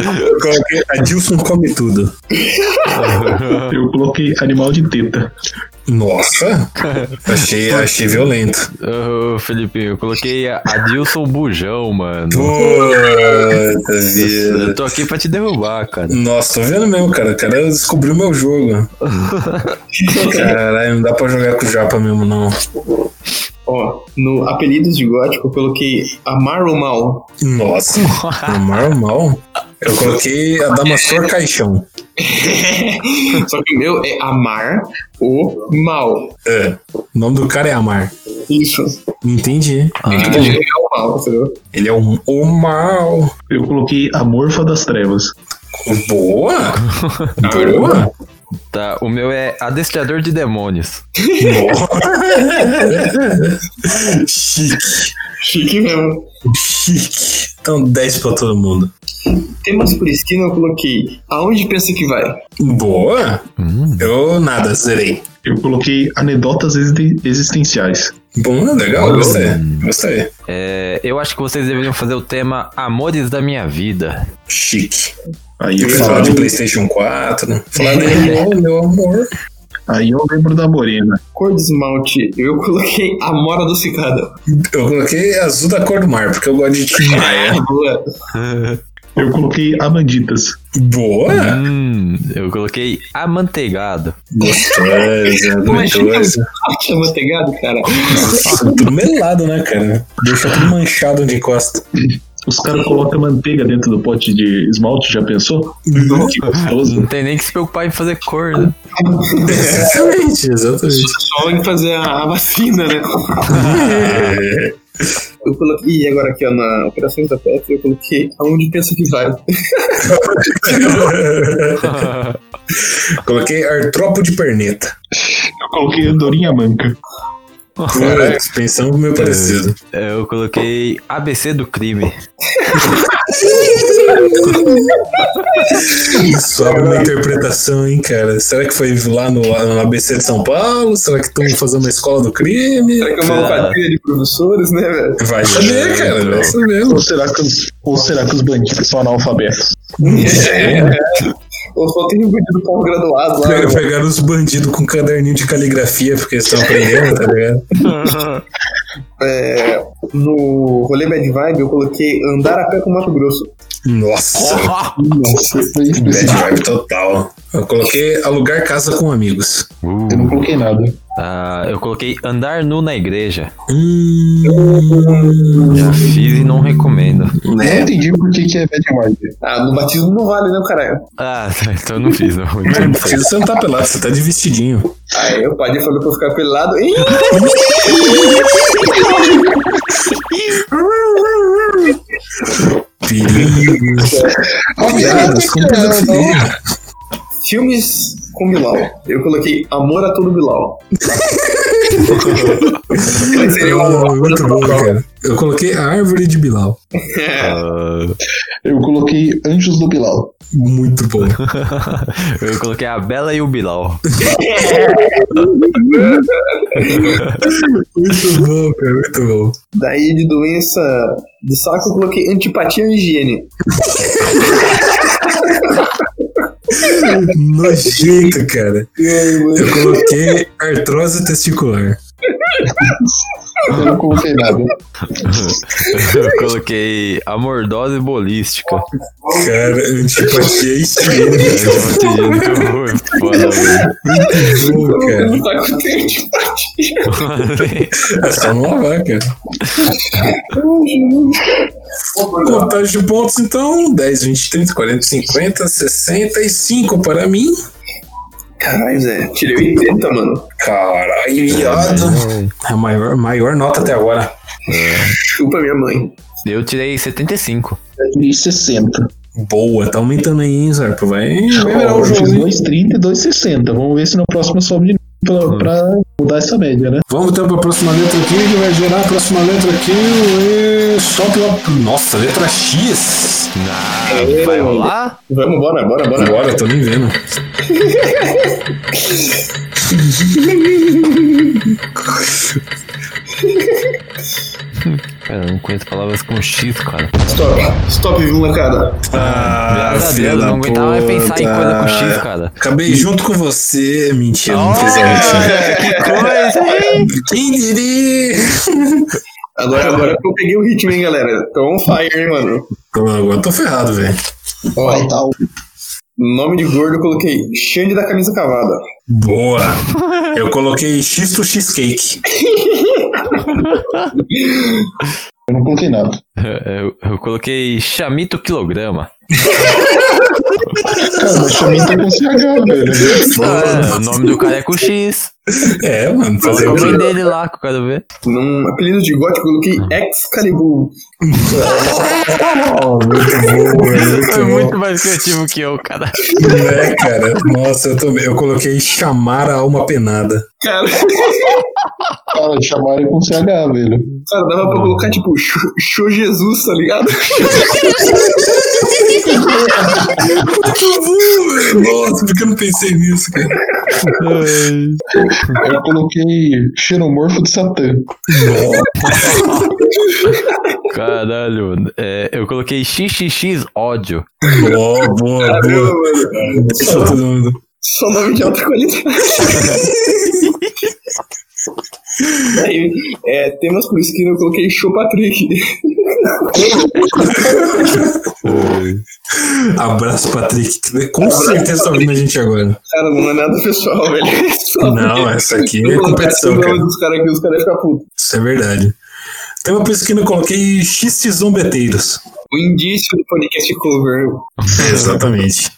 Speaker 5: Eu coloquei Adilson come tudo.
Speaker 8: Eu coloquei animal de teta.
Speaker 5: Nossa! achei, achei violento.
Speaker 7: Ô, Felipe, eu coloquei a Adilson Bujão, mano.
Speaker 5: Puta vida.
Speaker 7: Eu tô aqui pra te derrubar, cara.
Speaker 5: Nossa, tô vendo mesmo, cara. O cara descobriu meu jogo. Caralho, não dá pra jogar com o Japa mesmo, não.
Speaker 6: Ó, no apelidos de gótico eu coloquei Amar ou Mal.
Speaker 5: Nossa, normal, mal. Eu coloquei a Damastor Caixão.
Speaker 6: Só que o meu é Amar ou Mal.
Speaker 5: É. O nome do cara é Amar.
Speaker 6: Isso.
Speaker 5: Entendi.
Speaker 6: Ele é o mal, entendeu?
Speaker 5: Ele é um o mal.
Speaker 8: Eu coloquei a morfa das trevas.
Speaker 5: Boa! Boa!
Speaker 7: Tá, o meu é Adestrador de Demônios.
Speaker 5: Chique,
Speaker 6: Chique mesmo.
Speaker 5: chique. Então 10 pra todo mundo.
Speaker 6: Temas por esquina eu coloquei Aonde pensa que vai?
Speaker 5: Boa! Eu nada, zerei.
Speaker 8: Eu coloquei anedotas existen- existenciais.
Speaker 5: Bom, legal, gostei. Gostei.
Speaker 7: É, eu acho que vocês deveriam fazer o tema Amores da Minha Vida.
Speaker 5: Chique.
Speaker 8: Aí eu,
Speaker 5: Eu falar de
Speaker 8: lembro-
Speaker 5: Playstation 4. Falar de amor, meu amor.
Speaker 8: aí eu lembro da morena.
Speaker 6: Cor de esmalte eu coloquei Amora adocicada.
Speaker 5: Eu coloquei azul da cor do mar, porque eu gosto de Tim Maia.
Speaker 6: Boa.
Speaker 8: Eu coloquei amanditas.
Speaker 5: Boa!
Speaker 7: Hum, eu coloquei Amanteigado.
Speaker 5: Gostosa,
Speaker 6: Imagina o
Speaker 5: gostosa.
Speaker 6: esmalte amanteigado, cara.
Speaker 5: Tudo melado, né, cara? Deixa tudo manchado de costa.
Speaker 8: Os caras colocam manteiga dentro do pote de esmalte, já pensou? Que gostoso.
Speaker 7: Não tem nem que se preocupar em fazer cor, né?
Speaker 5: Exatamente, exatamente.
Speaker 6: Só em fazer a, a vacina, né?
Speaker 5: Ah,
Speaker 6: Eu coloquei, e agora aqui, ó, na Operações da PET, eu coloquei aonde pensa que vai.
Speaker 5: Coloquei artropo de perneta.
Speaker 8: Eu coloquei Dorinha Manca.
Speaker 5: Cara, suspensão com o meu parecido.
Speaker 7: É, Eu coloquei ABC do crime.
Speaker 5: Isso abre uma interpretação, hein, cara. Será que foi lá no, lá no ABC de São Paulo? Será que estão fazendo uma escola do crime?
Speaker 6: Será que é uma alcateia de professores, né, velho?
Speaker 5: Vai saber, cara. Vai saber.
Speaker 8: Ou será que os, ou será que os bandidos são analfabetos?
Speaker 6: É.
Speaker 5: É.
Speaker 6: Ou só tem um bandido pós-graduado lá.
Speaker 5: Cara,
Speaker 6: né?
Speaker 5: Pegaram os bandidos com caderninho de caligrafia porque eles estão aprendendo, tá ligado?
Speaker 6: É, no rolê Bad Vibe, eu coloquei andar a pé com Mato Grosso.
Speaker 5: Nossa,
Speaker 4: Nossa,
Speaker 5: bad vibe total. Eu coloquei alugar casa com amigos.
Speaker 7: Uh.
Speaker 4: eu não coloquei nada.
Speaker 7: Ah, eu coloquei andar nu na igreja.
Speaker 5: Hum,
Speaker 7: Já fiz e não recomendo.
Speaker 4: Eu não entendi por que, que é bad vibe.
Speaker 6: Ah, no batismo não vale, né, caralho?
Speaker 7: Ah, tá, então eu não fiz, não. Então eu não fiz.
Speaker 5: você não tá pelado, você tá de vestidinho.
Speaker 6: Aí o padre falou pra eu ficar pelado. Ih,
Speaker 5: Perigo. Piadas com pedofilia.
Speaker 6: filmes com Bilal. Eu coloquei Amor a Todo Bilal. Seria uma-
Speaker 5: Oh, muito bom, cara. Eu coloquei a árvore de Bilal.
Speaker 7: Ah,
Speaker 4: Eu coloquei Anjos do Bilal.
Speaker 5: Muito bom.
Speaker 7: eu coloquei a Bela e o Bilal.
Speaker 5: Muito bom, cara. Muito bom.
Speaker 6: Daí de doença de saco, eu coloquei antipatia à higiene.
Speaker 5: Nojento, cara. Eu coloquei artrose testicular.
Speaker 4: Eu não coloquei nada.
Speaker 7: Eu coloquei amordose bolística.
Speaker 5: Cara, tipo, antipatia e higiene.
Speaker 7: Eu botei gente que horror, foda, velho.
Speaker 5: Muito bom, cara.
Speaker 6: Não tá com antipatia.
Speaker 5: É só não lavar, cara. Contagem de pontos, então. 10, 20, 30, 40, 50, 65 para mim.
Speaker 6: Caralho, Zé, tirei 80, mano.
Speaker 5: Caralho, viado. É A maior, maior nota até agora.
Speaker 6: Chupa minha mãe.
Speaker 7: Eu tirei 75.
Speaker 4: Eu tirei 60.
Speaker 5: Boa, tá aumentando aí, hein, Zarpo? Vai, vai virar o
Speaker 4: Ó, eu fiz
Speaker 5: jogo, hein?
Speaker 4: 2,30 e 2,60. Vamos ver se no próximo sobe de novo pra, pra mudar essa média, né?
Speaker 5: Vamos então pra próxima letra aqui, que vai gerar a próxima letra aqui. E... Só pela. Nossa, letra X.
Speaker 7: Ah, vai rolar?
Speaker 6: Vamos, bora, bora, bora. então.
Speaker 5: Agora, tô nem vendo.
Speaker 7: Cara, eu não conheço palavras com X, cara.
Speaker 6: Stop, stop, Vila cara.
Speaker 5: Ah,
Speaker 7: Graças a Deus, eu não aguentava mais pensar em coisa com X, cara.
Speaker 5: Acabei junto com você. Mentira, não fiz isso.
Speaker 6: É.
Speaker 7: que coisa, hein?
Speaker 5: Quem diria?
Speaker 6: Agora, agora que eu peguei o ritmo, hein, galera. Tô on fire, hein, mano.
Speaker 5: Então, agora eu tô ferrado, velho.
Speaker 4: Vai
Speaker 6: Ó,
Speaker 4: tal.
Speaker 6: nome de gordo eu coloquei Xande da camisa cavada.
Speaker 5: Boa. Eu coloquei X to Cheesecake.
Speaker 4: Eu não coloquei nada.
Speaker 7: Eu, eu coloquei chamito quilograma.
Speaker 4: Cara, mas chamei tá com CH, velho.
Speaker 7: Ah, o nome do cara é com X.
Speaker 5: É, mano, fazer
Speaker 7: É
Speaker 5: o
Speaker 7: o
Speaker 5: quê?
Speaker 7: nome dele lá que eu quero ver.
Speaker 6: Num apelido de gótico, eu coloquei Excalibur.
Speaker 5: Oh, muito bom, velho,
Speaker 7: Foi
Speaker 5: muito
Speaker 7: muito mais criativo que eu, cara.
Speaker 5: bom. É, cara. Nossa, eu também. Eu coloquei chamar a alma penada.
Speaker 6: Cara,
Speaker 4: Cara, chamaram com CH, velho.
Speaker 6: cara, dava pra colocar, tipo, Xô- Xô Jesus, tá ligado?
Speaker 5: Nossa, por que eu não pensei nisso, cara?
Speaker 4: Eu coloquei xenomorfo de Satã.
Speaker 7: Caralho, é, eu coloquei XXX ódio.
Speaker 5: Boa, boa, boa. Deixa todo mundo.
Speaker 6: Só um nome de alta qualidade. Aí, é, temas por esquina, eu coloquei Show Patrick.
Speaker 5: Abraço, Patrick. que Com certeza tá ouvindo a gente agora.
Speaker 6: Cara, não é nada pessoal, velho.
Speaker 5: Não, essa aqui é competição,
Speaker 6: Eu coloquei o
Speaker 5: cara.
Speaker 6: nome dos caras aqui, os caras ficam putos.
Speaker 5: Isso é verdade. Tema por isso que eu coloquei X zombeteiros.
Speaker 6: O indício do podcast cover.
Speaker 5: Exatamente.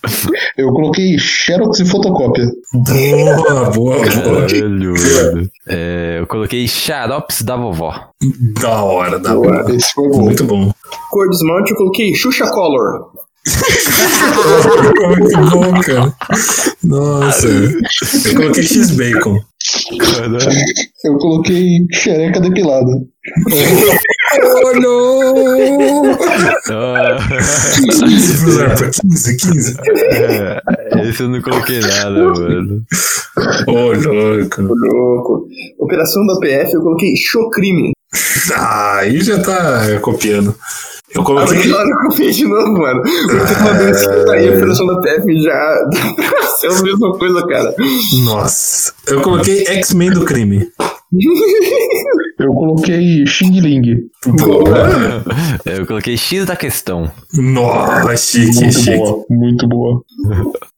Speaker 4: Eu coloquei Xerox e fotocópia.
Speaker 5: Boa, boa, boa.
Speaker 7: Caralho, velho. É, eu coloquei xaropes da vovó.
Speaker 5: Da hora, da hora.
Speaker 4: Esse foi Tá bom.
Speaker 5: Muito bom.
Speaker 6: Cor de esmalte eu coloquei Xuxa Color.
Speaker 5: Ficou muito bom, cara. Nossa. Eu coloquei X-Bacon.
Speaker 4: Eu coloquei xereca depilada.
Speaker 5: Oh, não!
Speaker 7: Ah,
Speaker 5: 15, Brusarpa, 15, 15.
Speaker 7: Esse eu não coloquei
Speaker 5: Hum.
Speaker 7: nada, mano.
Speaker 5: Ô, louco.
Speaker 6: Ô, Louco. Operação da PF eu coloquei Chocrime.
Speaker 5: Ah, aí já tá copiando. Eu
Speaker 6: Ah, mas
Speaker 5: coloquei.
Speaker 6: claro que eu fiz de novo, mano. Porque uma vez que tá aí a operação da PF já dá pra ser a mesma coisa, cara.
Speaker 5: Nossa. Eu coloquei X-Men do crime.
Speaker 4: Eu coloquei Xing Ling.
Speaker 5: Boa.
Speaker 7: É, Eu coloquei X da questão.
Speaker 5: Nossa, chique,
Speaker 4: Muito
Speaker 5: chique.
Speaker 4: boa, muito boa.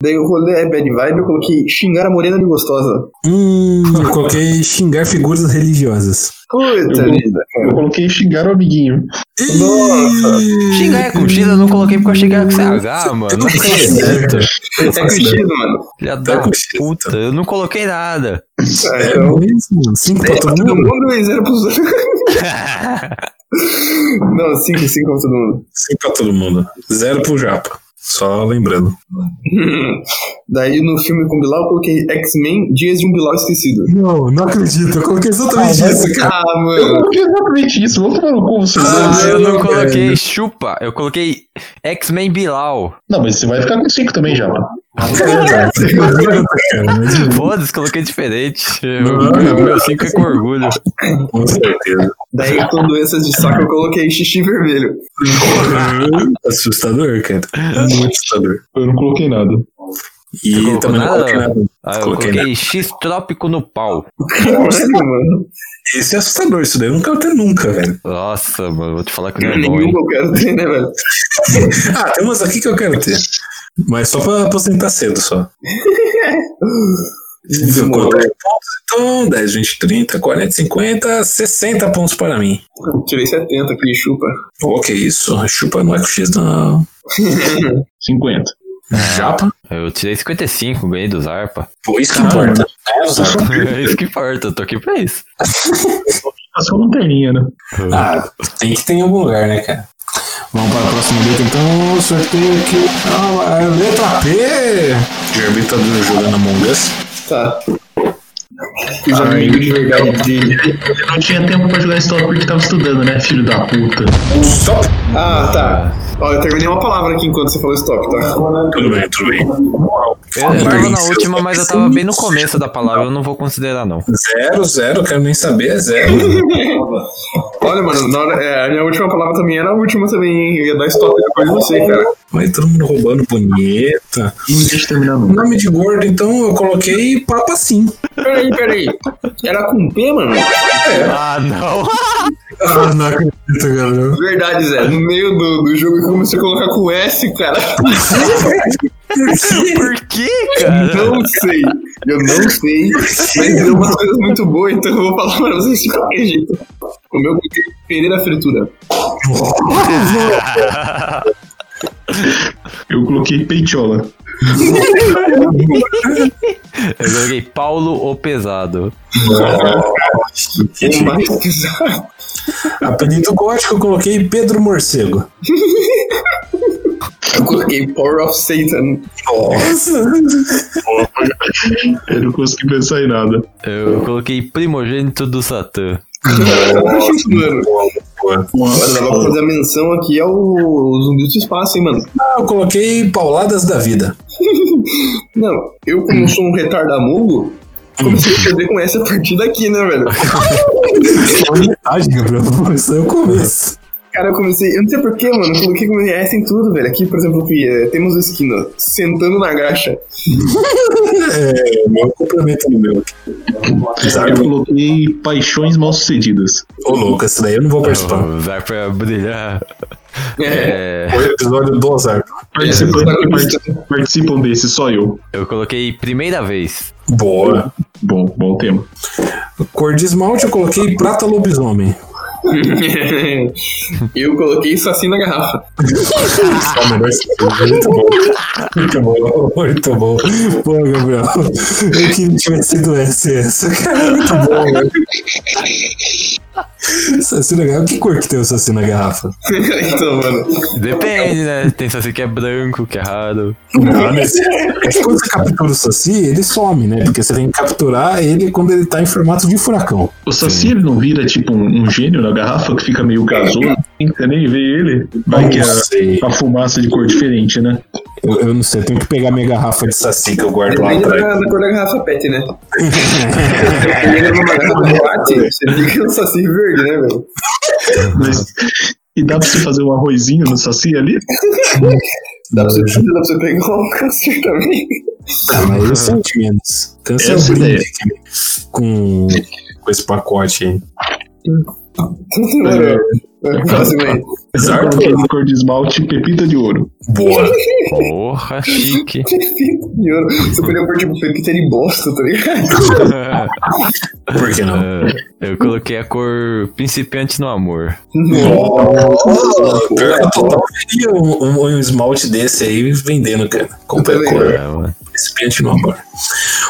Speaker 6: Daí o rolê é bad vibe, eu coloquei xingar a morena de gostosa.
Speaker 5: Hum, eu coloquei xingar figuras religiosas.
Speaker 6: Puta
Speaker 4: Eu-
Speaker 6: vida,
Speaker 4: Eu
Speaker 6: cara.
Speaker 4: coloquei xingar o amiguinho.
Speaker 5: Nossa.
Speaker 7: Xingar é com X, eu não coloquei porque eu cheguei com CH, Ah, mano. Não acredito.
Speaker 6: É contido, mano.
Speaker 7: Filha da
Speaker 5: Tá com X.
Speaker 7: puta, eu não coloquei nada.
Speaker 6: Ah,
Speaker 5: É
Speaker 6: então,
Speaker 5: mesmo? Cinco pra todo
Speaker 6: todo
Speaker 5: mundo?
Speaker 6: mundo e zero pros outros. Não, cinco, cinco pra todo mundo.
Speaker 5: Cinco pra todo mundo. Zero pro Japa. Só lembrando.
Speaker 6: Daí no filme com Bilal eu coloquei X-Men Dias de um Bilal Esquecido.
Speaker 5: Não, não acredito. Eu coloquei exatamente isso, cara.
Speaker 6: Ah,
Speaker 4: Eu
Speaker 6: mano.
Speaker 4: coloquei exatamente isso. Vamos tomar no cu vocês dois.
Speaker 7: Ah, eu não coloquei
Speaker 5: velho.
Speaker 7: chupa, eu coloquei X-Men Bilal.
Speaker 4: Não, mas você vai ficar com cinco também já, mano.
Speaker 7: Foda-se, coloquei diferente.
Speaker 5: Não,
Speaker 7: Meu meu cinco é com orgulho.
Speaker 5: Com certeza.
Speaker 6: Daí com doenças de saco eu coloquei xixi vermelho.
Speaker 5: Assustador, cara. Muito assustador.
Speaker 4: Eu não coloquei nada.
Speaker 7: Você
Speaker 5: E
Speaker 7: colocou
Speaker 5: também não
Speaker 7: nada?
Speaker 5: coloquei nada.
Speaker 7: Ah, eu
Speaker 5: Coloquei
Speaker 7: coloquei X trópico no pau.
Speaker 6: Caralho, é mano.
Speaker 5: Esse é assustador, isso daí eu não quero ter nunca, velho.
Speaker 7: Nossa, mano, vou te falar que não é bom, hein?
Speaker 6: Nenhum eu quero ter, né, velho?
Speaker 5: Ah, tem umas aqui que eu quero ter. Mas só pra aposentar cedo, só. Se eu colocar em pontos, então 10, 20, 30, 40, 50, 60 pontos para mim.
Speaker 6: Tirei 70 aqui, chupa.
Speaker 5: Pô, que isso? Chupa não é com X, não.
Speaker 4: 50.
Speaker 5: Japa?
Speaker 7: Eu tirei 55, ganhei do Zarpa.
Speaker 5: É. Pô, isso que importa.
Speaker 7: É isso que importa, eu tô aqui pra isso.
Speaker 4: Passou
Speaker 8: um
Speaker 4: lanterninha, né?
Speaker 5: Ah, tem que ter em algum lugar, né, cara? Vamos para a próxima letra, então. Sorteio aqui. Ah, é letra P! Gerbi tá jogando Among Us.
Speaker 6: Tá.
Speaker 8: Os amigos
Speaker 6: de verdade dele.
Speaker 8: Ele não tinha tempo pra jogar Stop porque tava estudando, né, filho da puta?
Speaker 5: Stop!
Speaker 6: Ah, tá. Ó, eu terminei uma palavra aqui enquanto você falou stop, tá?
Speaker 5: Tudo bem, tudo bem.
Speaker 7: Eu, eu tava na última, mas eu tava bem no começo da palavra, eu não vou considerar, não.
Speaker 5: Zero, zero, quero nem saber, é zero.
Speaker 6: Olha, mano, na hora, é, a minha última palavra também era a última também, hein? Eu ia dar stop depois de você, cara.
Speaker 5: Mas todo mundo roubando bonita.
Speaker 8: Não me deixa terminar
Speaker 5: O
Speaker 8: nunca.
Speaker 5: nome de gordo, então eu coloquei Papa Sim.
Speaker 6: Peraí, peraí. Era com P, mano?
Speaker 7: Ah, não!
Speaker 5: Ah, não acredito, galera.
Speaker 6: Verdade, Zé. No meio do, do jogo eu comecei a colocar com S, cara.
Speaker 7: Por quê, cara?
Speaker 6: Não sei. Eu não sei. Mas deu umas coisas muito boas, então eu vou falar pra vocês de qualquer jeito. O meu coloquei Pereira Fritura.
Speaker 4: Eu coloquei peitiola.
Speaker 7: Eu joguei Paulo o Pesado.
Speaker 6: O mais bizarro.
Speaker 5: Apelido gótico, eu coloquei Pedro Morcego.
Speaker 6: Eu coloquei Power of Satan.
Speaker 4: Eu não consegui pensar em nada.
Speaker 7: Eu coloquei primogênito do Satã.
Speaker 6: mano. Olha, dá pra fazer a menção aqui ao Zumbi do Espaço, hein, mano?
Speaker 5: Ah, eu coloquei Pauladas da Vida.
Speaker 6: Não, eu como sou um retardamugo, comecei a perder com essa partida aqui, né, velho?
Speaker 5: Ah, Gabriel, isso aí é o começo.
Speaker 6: Cara, eu comecei, eu não sei porquê, mano, eu coloquei como essa em tudo, velho. Aqui, por exemplo, aqui, eh, temos o skin, ó, sentando na graxa.
Speaker 5: É, o meu complemento no meu aqui. Apesar
Speaker 4: Eu
Speaker 5: de-
Speaker 4: coloquei paixões mal sucedidas.
Speaker 5: Ô, louco, esse daí eu não vou participar.
Speaker 7: Ah, Vai pra brilhar.
Speaker 6: É.
Speaker 7: É,
Speaker 5: Foi o episódio do azar.
Speaker 4: Participantes
Speaker 6: É.
Speaker 4: que participam- participam desse, só eu.
Speaker 7: eu coloquei primeira vez.
Speaker 5: Boa.
Speaker 4: Bom, bom tema.
Speaker 5: Cor de esmalte, eu coloquei prata lobisomem.
Speaker 6: eu coloquei Saci na garrafa.
Speaker 5: É o melhor sentido. Muito bom. Muito bom. Muito bom. Pô, Gabriel. Eu queria que tivesse sido essa e essa. Cara, muito bom, né? velho. Saci na é garrafa. Que cor que tem o saci na garrafa?
Speaker 6: então, mano.
Speaker 7: Depende, né? Tem saci que é branco, que é raro.
Speaker 5: Não, né? É que quando você captura o saci, ele some, né? Porque você tem que capturar ele quando ele tá em formato de furacão.
Speaker 8: O Saci ele não vira tipo um, um gênio na garrafa que fica meio gasoso, assim, você nem vê ele. Vai
Speaker 5: Não
Speaker 8: que é
Speaker 5: sei.
Speaker 8: a, a fumaça de cor diferente, né?
Speaker 5: Eu, eu não sei, eu tenho que pegar minha garrafa de saci que eu guardo lá
Speaker 6: Depende
Speaker 5: atrás.
Speaker 6: da, da cor da garrafa PET, né? Dependendo de uma garrafa de latte, você fica no Saci verde, né, velho?
Speaker 8: Mas- e dá pra você fazer um arrozinho no Saci ali?
Speaker 6: Dá pra você, dá pra você pegar um câncer também.
Speaker 5: Ah, mas eu sou de menos. Cancel
Speaker 8: Essa
Speaker 5: brinde
Speaker 8: ideia.
Speaker 5: aqui com, com esse pacote aí.
Speaker 6: Demorou. Vai, Então, Próximo aí.
Speaker 8: Eu coloquei na é cor de esmalte pepita de ouro.
Speaker 5: Boa.
Speaker 7: Porra, chique.
Speaker 6: E eu- Você podia pôr tipo pepita de bosta, tá ligado?
Speaker 5: Por que
Speaker 8: É.
Speaker 5: não?
Speaker 7: Ah, É, eu coloquei a cor principiante no amor.
Speaker 5: Pior que eu total veria um, um- um esmalte desse aí vendendo, cara. Compra
Speaker 6: Também.
Speaker 5: cor.
Speaker 7: Ah, mano.
Speaker 5: Esse pente no amor.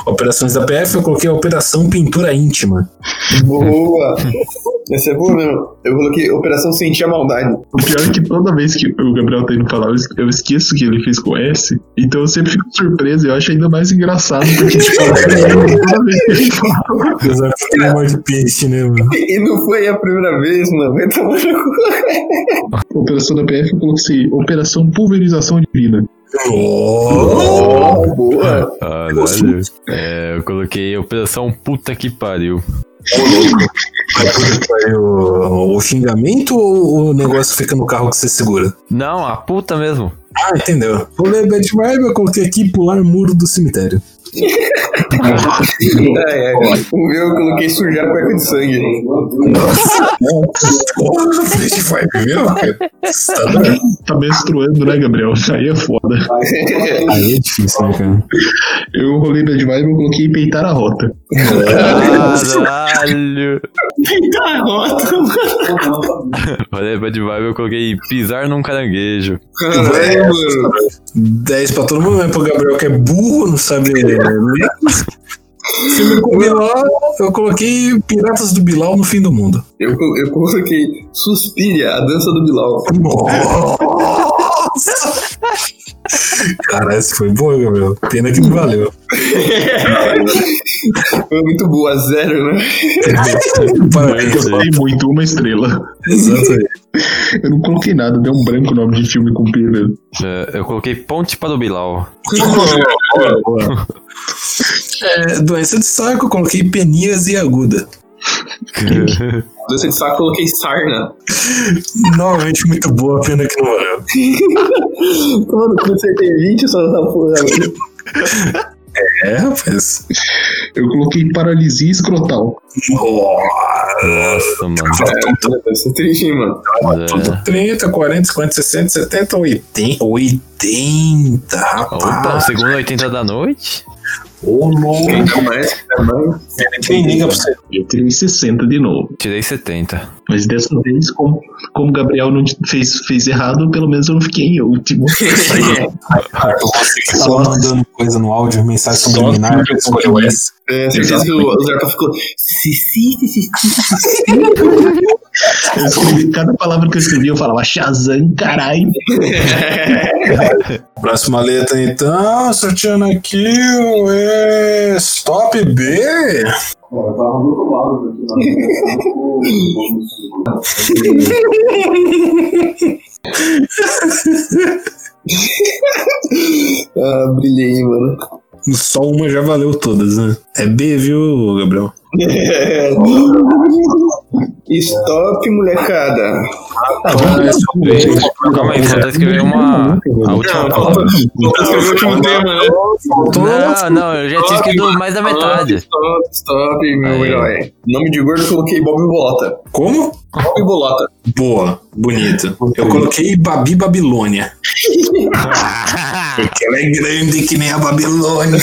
Speaker 5: Operações da PF, eu coloquei a Operação Pintura Íntima.
Speaker 6: Boa! Essa é boa mesmo. Eu coloquei Operação Sentir a Maldade.
Speaker 8: O pior é que toda vez que o Gabriel tá indo falar, eu es- eu esqueço que ele fez com S. Então eu sempre fico surpreso e eu acho ainda mais engraçado. Porque, tipo, toda vez que ele fala.
Speaker 5: Apesar que tem amor de peixe, né, mano?
Speaker 6: E não foi a primeira vez, mano. Vai tomar no cu.
Speaker 8: Operação da PF, eu coloquei assim, Operação Pulverização Divina.
Speaker 6: Oh, boa!
Speaker 7: Caralho. Ah, É, eu coloquei operação puta que pariu.
Speaker 5: o, o xingamento ou o negócio fica no carro que você segura?
Speaker 7: Não, a puta mesmo.
Speaker 5: Ah, entendeu. O Bad Vibe eu coloquei aqui pular muro do cemitério.
Speaker 6: Ah, é. O meu eu coloquei sujar a cueca de sangue.
Speaker 5: Porra, Bad Vibe, viu?
Speaker 8: Tá menstruando, né, Gabriel? Aí é foda.
Speaker 5: Aí é difícil, né, cara?
Speaker 8: Eu rolei Bad Vibe e eu coloquei peitar a rota.
Speaker 7: Ah, Caralho.
Speaker 6: Tá, rota,
Speaker 7: Olha, bad vibe, eu coloquei pisar num caranguejo.
Speaker 6: Caralho, mano.
Speaker 5: 10 pra todo mundo, mas pro Gabriel que é burro, não sabe ler. né? Filme com Bilal, eu coloquei Piratas do Bilal no fim do mundo.
Speaker 6: Eu, co- eu coloquei Suspira, a dança do Bilal.
Speaker 5: Nossa! Cara, esse foi bom, Gabriel. Pena que não valeu.
Speaker 6: Foi muito boa, zero, né?
Speaker 7: Mas-
Speaker 5: Parabéns.
Speaker 8: Gostei muito, uma estrela.
Speaker 5: Exato.
Speaker 8: Eu não coloquei nada, deu um branco o nome de filme com pena.
Speaker 7: É, eu coloquei ponte para o Bilal.
Speaker 5: É, doença de saco, eu coloquei penias e aguda.
Speaker 6: Dança de saco, eu coloquei sarna.
Speaker 5: Novamente muito boa, pena que não é. valeu.
Speaker 6: Mano, quando você tem 20, só tá porra.
Speaker 5: É, rapaz.
Speaker 8: Eu coloquei paralisia escrotal.
Speaker 7: Nossa, mano.
Speaker 6: Deve ser triste, hein, mano.
Speaker 7: É.
Speaker 5: 30, 40, 50, 60, 70, 80. 80,
Speaker 7: Opa,
Speaker 5: rapaz.
Speaker 7: segundo 80 da noite?
Speaker 5: Ô, louco.
Speaker 6: Ainda mais, ainda mais.
Speaker 5: Quem liga pra você?
Speaker 8: Eu tirei 60 de novo.
Speaker 7: Tirei 70.
Speaker 8: Mas dessa vez, como, como o Gabriel não te- fez, fez errado, pelo menos eu não fiquei em último.
Speaker 5: Você tava Tá mandando coisa no áudio, mensagem
Speaker 8: Só
Speaker 5: subliminar.
Speaker 8: que eu
Speaker 5: Escolheu
Speaker 8: escolhi.
Speaker 5: essa.
Speaker 6: É, certeza que o Zerka ficou. "Si, si, si, si".
Speaker 8: Eu escrevi- cada palavra que eu escrevi, eu falava Shazam, caralho.
Speaker 5: Próxima letra, então, sorteando aqui o é, Stop B.
Speaker 6: Ah, brilhei, mano.
Speaker 5: Só uma já valeu todas, né? É B, viu, Gabriel?
Speaker 6: Stop, molecada.
Speaker 7: Calma aí, falta escrever uma. A última palavra.
Speaker 6: é o último tema, né?
Speaker 7: Não, não, eu já tinha escrito mais da metade.
Speaker 6: Stop, stop, meu
Speaker 7: Aí.
Speaker 6: herói. Nome de gordo, eu coloquei Bob Bolota.
Speaker 5: Como? Uhum.
Speaker 6: Bob Bolota.
Speaker 5: Boa, bonita. Eu coloquei Babi Babilônia. Porque ela é grande que nem a Babilônia.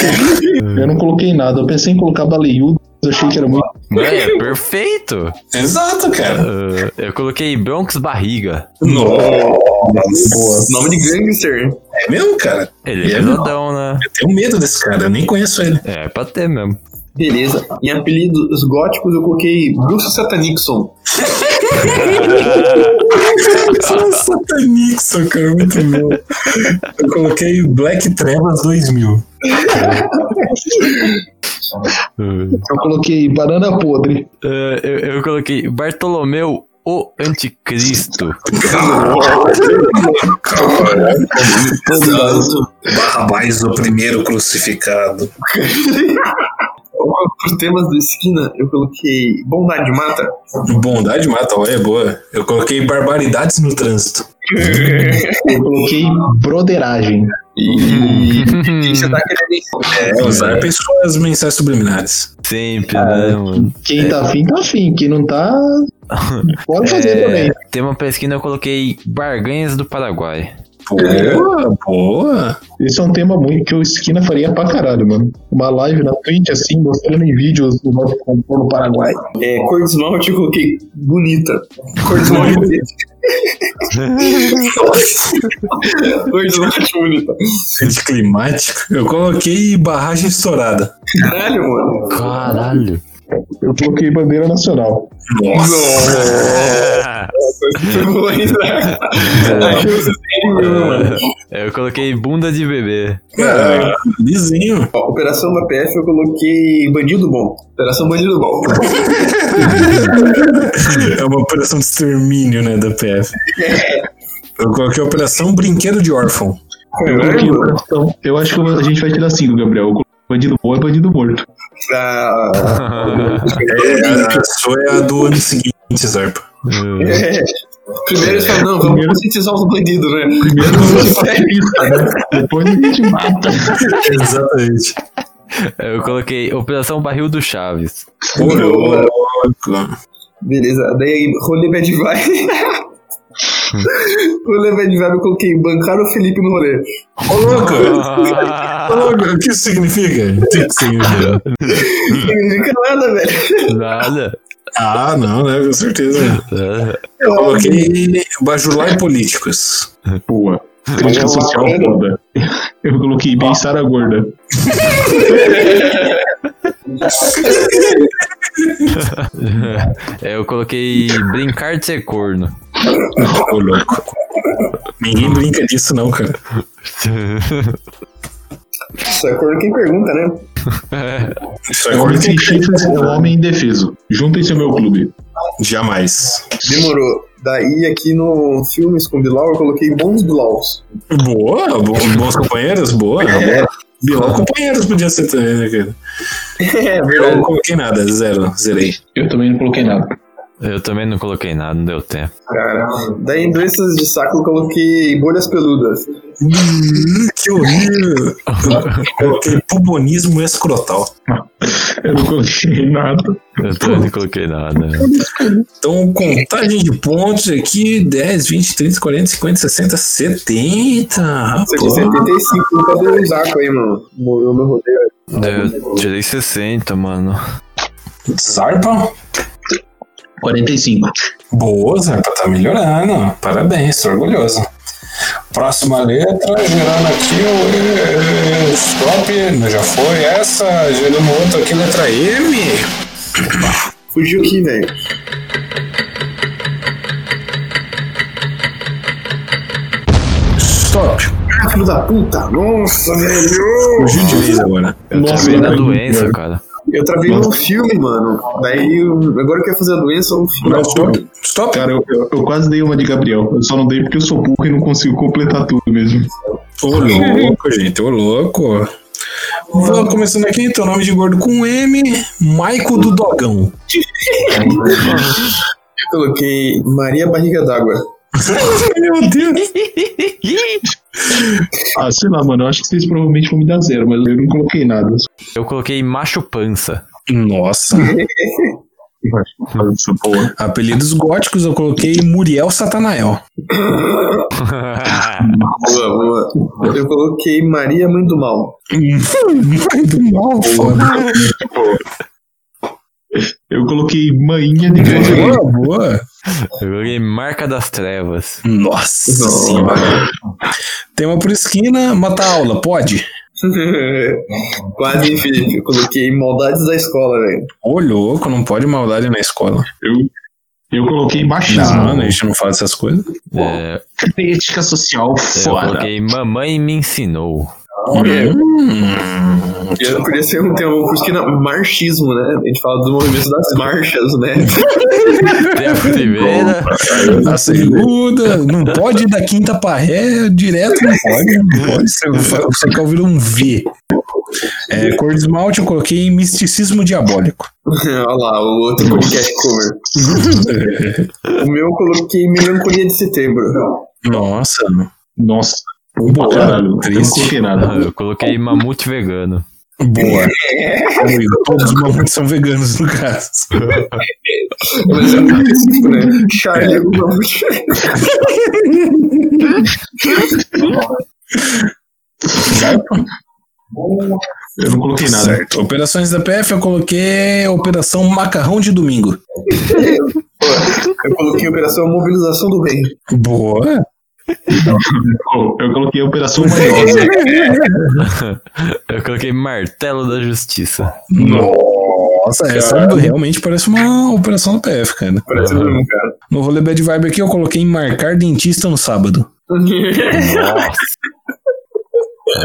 Speaker 8: Eu não coloquei nada, eu pensei em colocar baleiudo, eu achei que era muito.
Speaker 7: É, perfeito.
Speaker 5: Exato, cara.
Speaker 7: Ah, eu coloquei Bronx Barriga.
Speaker 5: Nossa.
Speaker 6: Nome de gangster.
Speaker 5: É mesmo, cara?
Speaker 7: Ele
Speaker 5: E
Speaker 7: é
Speaker 5: é
Speaker 7: pesadão, né?
Speaker 5: Eu tenho medo desse cara, eu nem conheço ele.
Speaker 7: É, pra ter mesmo.
Speaker 6: Beleza. Em apelidos góticos, eu coloquei Bruxo Satanixon.
Speaker 5: Satanixon, tá cara, muito bom. Eu coloquei Black Trevas 2000.
Speaker 7: Ah,
Speaker 8: Eu coloquei banana podre.
Speaker 7: eu, eu coloquei Bartolomeu o Anticristo.
Speaker 5: Santo Barrabás, o primeiro crucificado.
Speaker 6: Outros Um temas do Esquina, eu coloquei Bondade Mata.
Speaker 5: Bondade mata, olha, é boa. Eu coloquei Barbaridades no Trânsito.
Speaker 8: Eu coloquei broderagem.
Speaker 6: E. e você tá querendo.
Speaker 5: É, usar pessoas mensagens subliminares.
Speaker 7: Sempre, né, mano?
Speaker 8: Quem tá afim, tá afim. Quem não tá. Pode fazer também.
Speaker 7: É, tem uma pesquisa eu coloquei Barganhas do Paraguai.
Speaker 5: Boa, boa.
Speaker 8: Esse é um tema muito que o Esquina faria pra caralho, mano. Uma live na Twitch, assim, mostrando em vídeos do nosso compor no Paraguai.
Speaker 6: É, cor de esmalte, eu coloquei bonita. Cor de esmalte bonita. cor de esmalte bonita.
Speaker 5: Anticlimático. Eu coloquei Barragem Estourada.
Speaker 6: Caralho, mano.
Speaker 7: Caralho.
Speaker 8: Eu coloquei bandeira nacional.
Speaker 6: Foi bom ainda. Aqui vocês têm, meu, mano.
Speaker 7: Eu coloquei Bunda de Bebê.
Speaker 5: Cara, vizinho.
Speaker 6: Ó, Operação BPF, eu coloquei Bandido Bom. Operação Bandido Bom.
Speaker 5: É uma operação de extermínio, né, da PF. Eu coloquei Operação Brinquedo de Órfão.
Speaker 6: Caralho, mano.
Speaker 8: Eu acho que a gente vai tirar cinco, Gabriel. Eu coloquei Bandido bom é bandido morto.
Speaker 6: Ah,
Speaker 5: É, a- a sua é a do ano seguinte, Zarpa.
Speaker 6: é. Primeiro eles falam, não, vamos conscientizar os bandidos, né?
Speaker 8: Primeiro você faz isso, né? Depois a gente mata.
Speaker 5: Exatamente.
Speaker 7: Eu coloquei Operação Barril do Chaves.
Speaker 5: Ô, louco.
Speaker 6: Beleza, daí rolê bad vibe. rolê bad vibe, eu coloquei bancar o Felipe no rolê.
Speaker 5: Ô, louco. Ô, louco. O que isso significa? O que isso significa?
Speaker 6: Não significa nada, velho.
Speaker 7: Nada. Ah,
Speaker 5: Ah, não, né? Com certeza. Eu coloquei Bajulá e Políticos.
Speaker 8: Boa. Crítica social foda. Eu coloquei bem Sara Gorda.
Speaker 7: Eu coloquei Brincar de Ser Corno.
Speaker 5: Ô, louco. Ninguém brinca disso, não, cara.
Speaker 6: Isso é cor quem pergunta, né?
Speaker 5: Isso é
Speaker 8: É um homem
Speaker 5: corte
Speaker 8: sem chifres, é um homem indefeso. Juntem-se ao meu clube.
Speaker 5: Jamais.
Speaker 6: Demorou. Daí aqui no Filmes com Bilal, eu coloquei Bons Bilaus.
Speaker 5: Boa, bo- bons companheiros, boa. boa. Bilal companheiros podia ser também, né, cara?
Speaker 6: É,
Speaker 5: Eu não coloquei nada, zero, zerei.
Speaker 8: Eu também não coloquei nada.
Speaker 7: Eu também não coloquei nada, não deu tempo.
Speaker 6: cara. Daí em doenças de saco, eu coloquei Bolhas Peludas.
Speaker 5: Hum, que horrível. coloquei pubonismo escrotal.
Speaker 8: Eu não coloquei nada.
Speaker 7: Eu também não coloquei nada.
Speaker 5: Então, contagem de pontos aqui: 10, 20, 30, 40, 50, 60, 70.
Speaker 6: Isso aqui é
Speaker 5: Rapaz.
Speaker 6: 75, cadê o Zaco aí, um mano? Morreu meu rodeio.
Speaker 7: Eu tirei 60, mano.
Speaker 5: Zarpa?
Speaker 8: 45.
Speaker 5: Boa, Zarpa, tá melhorando. Parabéns, tô orgulhoso. Próxima letra, gerando aqui o eh, stop, não, já foi essa, gerando outra aqui, letra M.
Speaker 6: Fugiu aqui, velho.
Speaker 5: Stop.
Speaker 6: Ah, filho da puta! Nossa, velho!
Speaker 5: Fugiu de vez agora.
Speaker 8: Nossa,
Speaker 7: Foi
Speaker 8: eu
Speaker 7: na
Speaker 8: não-
Speaker 7: é tá doença, cara.
Speaker 6: Eu travei um filme, mano. Daí, eu- agora que eu ia fazer a doença, um filme.
Speaker 5: Stop. Stop.
Speaker 8: Cara, eu, eu- eu quase dei uma de Gabriel. Eu só não dei porque eu sou burro e não consigo completar tudo mesmo.
Speaker 5: Ô louco, gente, ô louco. Vamos começando aqui, teu nome de gordo com M, Maico do Dogão.
Speaker 6: Eu coloquei Maria Barriga d'Água.
Speaker 5: Meu Deus.
Speaker 8: Ah, sei lá, mano. Eu acho que vocês provavelmente vão me dar zero, mas eu não coloquei nada.
Speaker 7: Eu coloquei Macho Pança.
Speaker 5: Nossa. Apelidos góticos eu coloquei Muriel Satanael.
Speaker 6: Boa, boa. Eu coloquei Maria Mãe do Mal.
Speaker 5: Mãe do mal, foda.
Speaker 8: Eu coloquei mainha de gasolina.
Speaker 5: Boa, boa.
Speaker 7: Eu joguei Marca das Trevas.
Speaker 5: Nossa senhora. Tema por esquina, mata a aula, pode?
Speaker 6: Quase infinito. Eu coloquei maldades da escola, velho.
Speaker 5: Ô, louco, não pode maldade na escola.
Speaker 8: Eu, eu coloquei
Speaker 5: Não,
Speaker 8: machismo.
Speaker 5: a gente não fala essas coisas.
Speaker 7: É,
Speaker 8: Crítica social
Speaker 7: eu
Speaker 8: foda.
Speaker 7: coloquei Mamãe Me Ensinou.
Speaker 5: é. Hum.
Speaker 6: Eu podia ser um tema por esquina marxismo, né? A gente fala dos movimentos das marchas, né?
Speaker 7: Tem a primeira.
Speaker 5: A segunda, não pode ir da quinta pra ré, direto não pode. Não pode, você, você quer ouvir um V. É, cor de esmalte eu coloquei misticismo diabólico.
Speaker 6: Olha lá, o outro podcast cover. O meu eu coloquei melancolia de setembro.
Speaker 5: Nossa,
Speaker 8: Nossa,
Speaker 5: boa,
Speaker 8: caralho. Eu não
Speaker 5: Ah, triste.
Speaker 8: coloquei
Speaker 7: Ah,
Speaker 8: nada.
Speaker 7: Eu coloquei Mamute Vegano.
Speaker 5: Boa. É. Todos os mamões são veganos, no caso.
Speaker 6: Mas é um marxismo, né? Charlie, o nome-
Speaker 8: Eu não coloquei nada.
Speaker 5: Certo. Operações da PF eu coloquei Operação Macarrão de Domingo.
Speaker 6: Eu coloquei operação mobilização do bem.
Speaker 5: Boa.
Speaker 8: Eu coloquei a Operação Maiosa.
Speaker 7: Eu coloquei Martelo da Justiça.
Speaker 5: Nossa, essa é- realmente parece uma operação da PF, cara.
Speaker 6: Parece um cara.
Speaker 5: No rolê Bad Vibe aqui eu coloquei marcar dentista no sábado.
Speaker 7: Nossa.